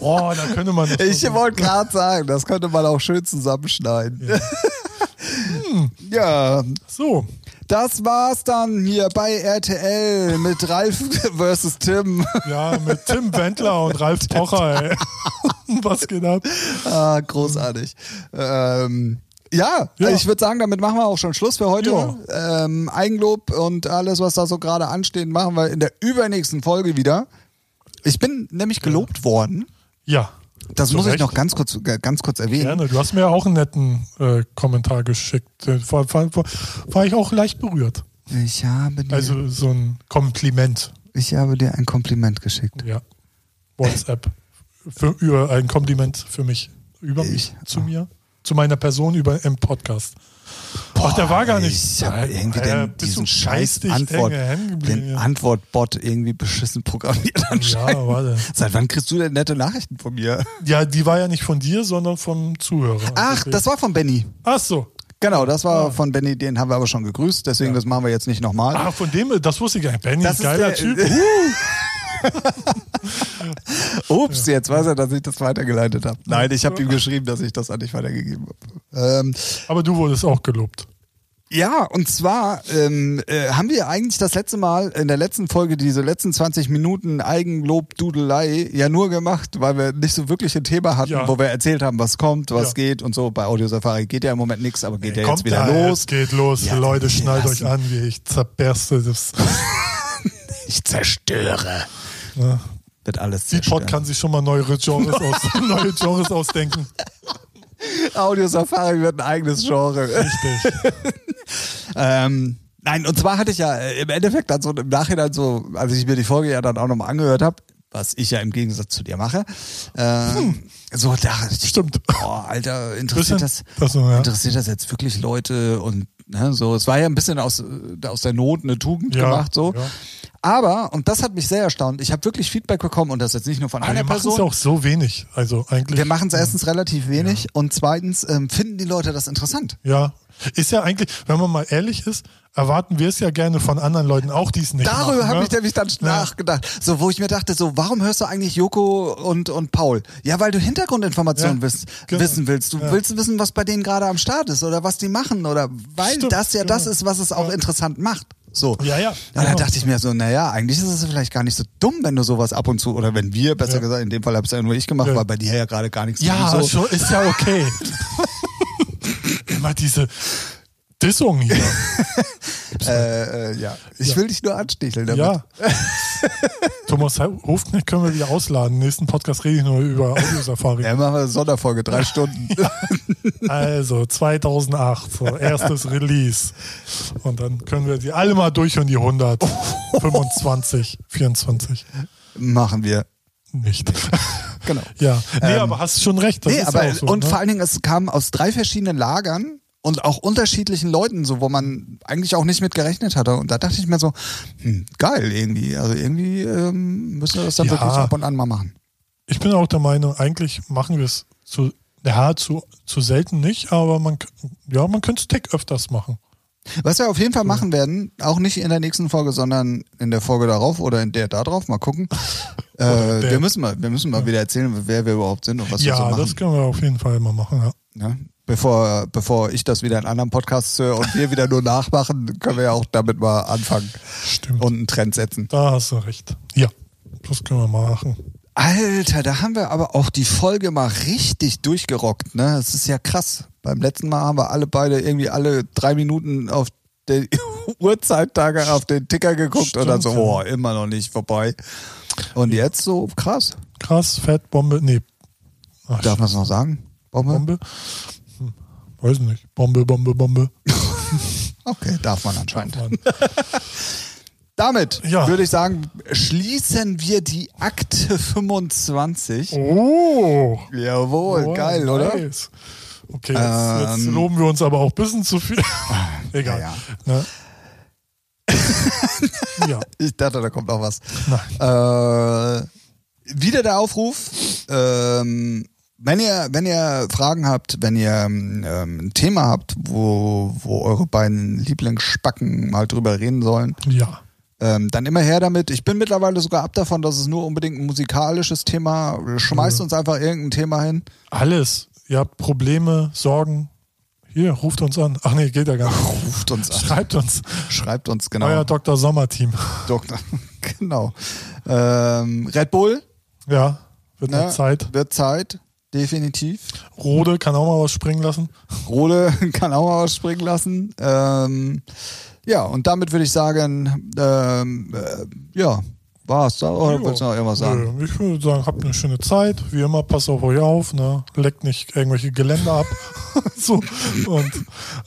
Speaker 1: oh, da könnte man. noch
Speaker 2: Ich
Speaker 1: so-
Speaker 2: wollte gerade sagen, das könnte man auch schön zusammenschneiden. Ja.
Speaker 1: so.
Speaker 2: das war's dann hier bei RTL mit Ralf versus Tim.
Speaker 1: Ja, mit Tim Wendler und Ralf Pocher, ey. Was geht ab?
Speaker 2: Ah, großartig. Ähm, ja,
Speaker 1: Ja.
Speaker 2: ich würde sagen, damit machen wir auch schon Schluss für heute.
Speaker 1: Ja.
Speaker 2: ne? Ähm, Eigenlob und alles, was da so gerade ansteht, machen wir in der übernächsten Folge wieder. Ich bin nämlich gelobt worden.
Speaker 1: Ja.
Speaker 2: Das
Speaker 1: Zu
Speaker 2: muss ich
Speaker 1: Recht.
Speaker 2: noch ganz kurz, äh, ganz kurz erwähnen.
Speaker 1: Gerne. Du hast mir ja auch einen netten äh, Kommentar geschickt. Äh, War, war, war, war ich auch leicht berührt.
Speaker 2: Ich habe dir,
Speaker 1: Also so ein Kompliment.
Speaker 2: ich habe dir ein Kompliment geschickt.
Speaker 1: Ja. WhatsApp. Für, über ein Kompliment für mich. Über mich,
Speaker 2: Ich- Ah.
Speaker 1: zu mir, zu meiner Person über im Podcast. Ach, der war gar nicht.
Speaker 2: Ich habe irgendwie
Speaker 1: Äh,
Speaker 2: den,
Speaker 1: bist du
Speaker 2: diesen scheiß
Speaker 1: geistig
Speaker 2: Antwort,
Speaker 1: hänge- hängen geblieben,
Speaker 2: den
Speaker 1: ja.
Speaker 2: Antwortbot irgendwie beschissen programmiert anscheinend.
Speaker 1: Ja, warte.
Speaker 2: Seit wann kriegst du denn nette Nachrichten von mir?
Speaker 1: Ja, die war ja nicht von dir, sondern vom Zuhörer.
Speaker 2: Ach, das war von Benny.
Speaker 1: Ach so.
Speaker 2: Genau, das war von Benny, den haben wir aber schon gegrüßt, deswegen das machen wir jetzt nicht nochmal.
Speaker 1: Ah, von dem, das wusste ich gar nicht. Benny,
Speaker 2: Das
Speaker 1: ist geiler
Speaker 2: ist der-
Speaker 1: Typ.
Speaker 2: Ups, jetzt weiß er, dass ich das weitergeleitet habe. Nein, ich habe ihm geschrieben, dass ich das an dich weitergegeben habe. Ähm,
Speaker 1: Aber du wurdest auch gelobt.
Speaker 2: ja, und zwar ähm, äh, haben wir eigentlich das letzte Mal in der letzten Folge diese letzten 20 Minuten Eigenlob-Dudelei ja nur gemacht, weil wir nicht so wirklich ein Thema hatten,
Speaker 1: Ja.
Speaker 2: wo wir erzählt haben, was kommt, was
Speaker 1: Ja.
Speaker 2: geht und so. Bei Audio Safari geht ja im Moment nichts, aber geht ja jetzt
Speaker 1: Kommt
Speaker 2: wieder
Speaker 1: da,
Speaker 2: los.
Speaker 1: Es geht los.
Speaker 2: Ja,
Speaker 1: Leute, schnallt
Speaker 2: lassen.
Speaker 1: euch an, wie ich zerberste das.
Speaker 2: Ich zerstöre.
Speaker 1: Ne?
Speaker 2: Wird alles
Speaker 1: Die
Speaker 2: zerstören.
Speaker 1: Pod kann sich schon mal neue Genres, aus, neue Genres ausdenken.
Speaker 2: Audio Safari wird ein eigenes Genre.
Speaker 1: Richtig.
Speaker 2: Ähm, nein, und zwar hatte ich ja äh, im Endeffekt dann so im Nachhinein so, als ich mir die Folge ja dann auch nochmal angehört habe, was ich ja im Gegensatz zu dir mache, ähm, so dachte ich,
Speaker 1: Hm. Stimmt.
Speaker 2: boah, Alter, interessiert das,
Speaker 1: Bisschen- Ach so, ja.
Speaker 2: interessiert das jetzt wirklich Leute und ne, so, es war ja ein bisschen aus, äh, aus der Not eine Tugend
Speaker 1: Ja,
Speaker 2: gemacht, so.
Speaker 1: ja.
Speaker 2: Aber, und das hat mich sehr erstaunt, ich habe wirklich Feedback bekommen und das jetzt nicht nur von
Speaker 1: Aber
Speaker 2: einer
Speaker 1: wir machen es
Speaker 2: Person.
Speaker 1: ja auch so wenig. Also eigentlich.
Speaker 2: Wir machen es erstens relativ wenig und zweitens ähm, finden die Leute das interessant.
Speaker 1: Ja. Ist ja eigentlich, wenn man mal ehrlich ist, erwarten wir es ja gerne von anderen Leuten auch, die es nicht
Speaker 2: Darüber
Speaker 1: machen.
Speaker 2: habe
Speaker 1: ne?
Speaker 2: ich nämlich dann nachgedacht. So, wo ich mir dachte, so, warum hörst du eigentlich Joko und, und Paul? Ja, weil du Hintergrundinformationen
Speaker 1: Ja,
Speaker 2: wissen-
Speaker 1: genau.
Speaker 2: wissen willst. Du
Speaker 1: Ja.
Speaker 2: willst wissen, was bei denen gerade am Start ist oder was die machen oder weil
Speaker 1: Stimmt,
Speaker 2: das ja das
Speaker 1: genau.
Speaker 2: ist, was es auch interessant macht. So.
Speaker 1: Ja, ja,
Speaker 2: Und dann
Speaker 1: genau.
Speaker 2: dachte ich mir so, naja, eigentlich ist es vielleicht gar nicht so dumm, wenn du sowas ab und zu, oder wenn wir, besser
Speaker 1: Ja.
Speaker 2: gesagt, in dem Fall habe es ja nur ich gemacht,
Speaker 1: Ja.
Speaker 2: weil bei dir ja gerade gar nichts
Speaker 1: Ja,
Speaker 2: ging, so.
Speaker 1: schon, ist ja okay. Immer diese Dissung hier.
Speaker 2: Äh, äh, ja. Ich will dich nur ansticheln damit.
Speaker 1: Ja. Thomas Hofknecht können wir wieder ausladen. Nächsten Podcast rede ich nur über Audiosafari.
Speaker 2: Ja, machen wir eine Sonderfolge, drei Stunden.
Speaker 1: Also 2008, so erstes Release. Und dann können wir die alle mal durch und die 100. 25, 24.
Speaker 2: Machen wir.
Speaker 1: Nicht.
Speaker 2: Genau.
Speaker 1: Ja, nee,
Speaker 2: Ähm,
Speaker 1: aber hast schon recht. Das
Speaker 2: nee,
Speaker 1: ist
Speaker 2: aber
Speaker 1: ja auch so,
Speaker 2: und
Speaker 1: ne?
Speaker 2: vor allen Dingen, es kam aus drei verschiedenen Lagern und auch unterschiedlichen Leuten, so wo man eigentlich auch nicht mit gerechnet hatte. Und da dachte ich mir so, hm, geil irgendwie. Also irgendwie ähm, müssen wir das dann
Speaker 1: Ja.
Speaker 2: wirklich ab und an mal machen.
Speaker 1: Ich bin auch der Meinung, eigentlich machen wir es zu, ja, zu, zu selten nicht, aber man, k- ja, man könnte es Tech öfters machen.
Speaker 2: Was wir auf jeden Fall machen werden, auch nicht in der nächsten Folge, sondern in der Folge darauf oder in der da drauf, mal gucken. äh,
Speaker 1: der.
Speaker 2: wir müssen mal, wir müssen mal wieder erzählen, wer wir überhaupt sind und was wir so
Speaker 1: ja,
Speaker 2: machen.
Speaker 1: das können wir auf jeden Fall mal machen. Ja.
Speaker 2: Ne? Bevor, bevor ich das wieder in anderen Podcasts höre und wir wieder nur nachmachen, können wir ja auch damit mal anfangen
Speaker 1: Stimmt.
Speaker 2: und einen Trend setzen.
Speaker 1: Da hast du recht. Ja, das können wir mal machen.
Speaker 2: Alter, da haben wir aber auch die Folge mal richtig durchgerockt, ne? Das ist ja krass. Beim letzten Mal haben wir alle beide irgendwie alle drei Minuten auf den Uhrzeittager auf den Ticker geguckt und dann so,
Speaker 1: Stimmt, ja.
Speaker 2: boah, immer noch nicht vorbei. Und jetzt so krass.
Speaker 1: Krass, Fett, Bombe, nee. Ach,
Speaker 2: Darf man es noch sagen? Bombe?
Speaker 1: Bombe? Hm, weiß nicht. Bombe, Bombe, Bombe.
Speaker 2: Okay, darf man anscheinend.
Speaker 1: Mann.
Speaker 2: Damit
Speaker 1: Ja.
Speaker 2: würde ich sagen, schließen wir die Akte 25.
Speaker 1: Oh!
Speaker 2: Jawohl,
Speaker 1: Wow,
Speaker 2: geil, oder? Ähm.
Speaker 1: nice. Okay, jetzt, jetzt loben wir uns aber auch ein bisschen zu viel. Egal.
Speaker 2: ja,
Speaker 1: Ne? ja,
Speaker 2: Ich dachte, da kommt noch was.
Speaker 1: nein.
Speaker 2: Äh, wieder der Aufruf. Ähm, wenn ihr, wenn ihr Fragen habt, wenn ihr ähm, ein Thema habt, wo, wo eure beiden Lieblingsspacken mal drüber reden sollen,
Speaker 1: Ja.
Speaker 2: ähm, dann immer her damit. Ich bin mittlerweile sogar ab davon, dass es nur unbedingt ein musikalisches Thema
Speaker 1: Mhm.
Speaker 2: Schmeißt uns einfach irgendein Thema hin.
Speaker 1: Alles. Ihr habt Probleme, Sorgen. Hier, ruft uns an. Ach nee, geht ja gar nicht.
Speaker 2: Ruft uns an.
Speaker 1: Schreibt uns.
Speaker 2: Schreibt uns genau.
Speaker 1: Euer Dr. Sommer-Team.
Speaker 2: Doktor. genau. Ähm, Red Bull
Speaker 1: Ja, wird
Speaker 2: ne?
Speaker 1: eine Zeit.
Speaker 2: wird Zeit, definitiv.
Speaker 1: Rode kann auch mal was springen lassen.
Speaker 2: Rode kann auch mal ausspringen lassen. Ähm, ja, und damit würde ich sagen, ähm, äh, ja, war's. Da, oder
Speaker 1: Jo.
Speaker 2: willst du noch irgendwas sagen?
Speaker 1: Nö, Ich würde sagen, habt eine schöne Zeit. Wie immer, passt auf euch auf. Ne? Leckt nicht irgendwelche Geländer ab. so. Und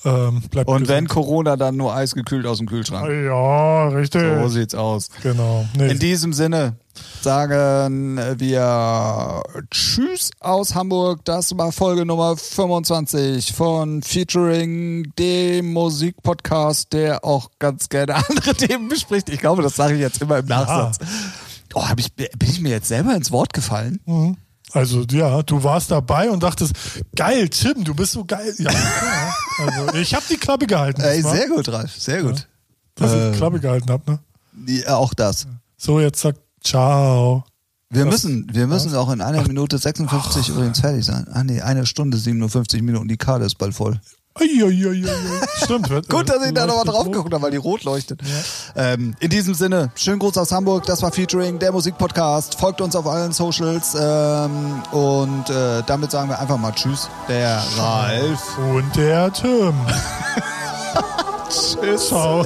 Speaker 1: ähm, bleibt
Speaker 2: Und wenn
Speaker 1: gesund.
Speaker 2: Corona, dann nur eisgekühlt aus dem Kühlschrank.
Speaker 1: Ah, Ja, richtig.
Speaker 2: So sieht's aus.
Speaker 1: genau. Nee,
Speaker 2: In diesem Sinne sagen wir Tschüss aus Hamburg. Das war Folge Nummer 25 von Featuring, dem Musikpodcast, der auch ganz gerne andere Themen bespricht. Ich glaube, das sage ich jetzt immer im Nachsatz. Oh, hab ich, bin ich mir jetzt selber ins Wort gefallen?
Speaker 1: Mhm. Also ja, du warst dabei und dachtest, geil, Tim, du bist so geil. Ja, ja. Also ich habe die Klappe gehalten.
Speaker 2: Ey,
Speaker 1: das war-
Speaker 2: sehr gut, Ralf, sehr gut.
Speaker 1: dass ich
Speaker 2: äh.
Speaker 1: die Klappe gehalten habe. Ne?
Speaker 2: Ja, auch das.
Speaker 1: So, jetzt sagt Ciao.
Speaker 2: Wir müssen, wir müssen auch in einer Minute 56 übrigens fertig sein. Ah nee, eine Stunde 57 Minuten, die Karte ist bald voll.
Speaker 1: Uiuiuiui. Stimmt. wird-
Speaker 2: Gut, dass ich da nochmal
Speaker 1: leuchtet
Speaker 2: drauf
Speaker 1: rot.
Speaker 2: geguckt habe, weil die rot leuchtet. Ähm, in diesem Sinne, schönen Gruß aus Hamburg. Das war Featuring, der Musikpodcast. Folgt uns auf allen Socials. Ähm, und äh, damit sagen wir einfach mal Tschüss. Der Ralf.
Speaker 1: Und der Tim.
Speaker 2: Tschüss.
Speaker 1: Ciao.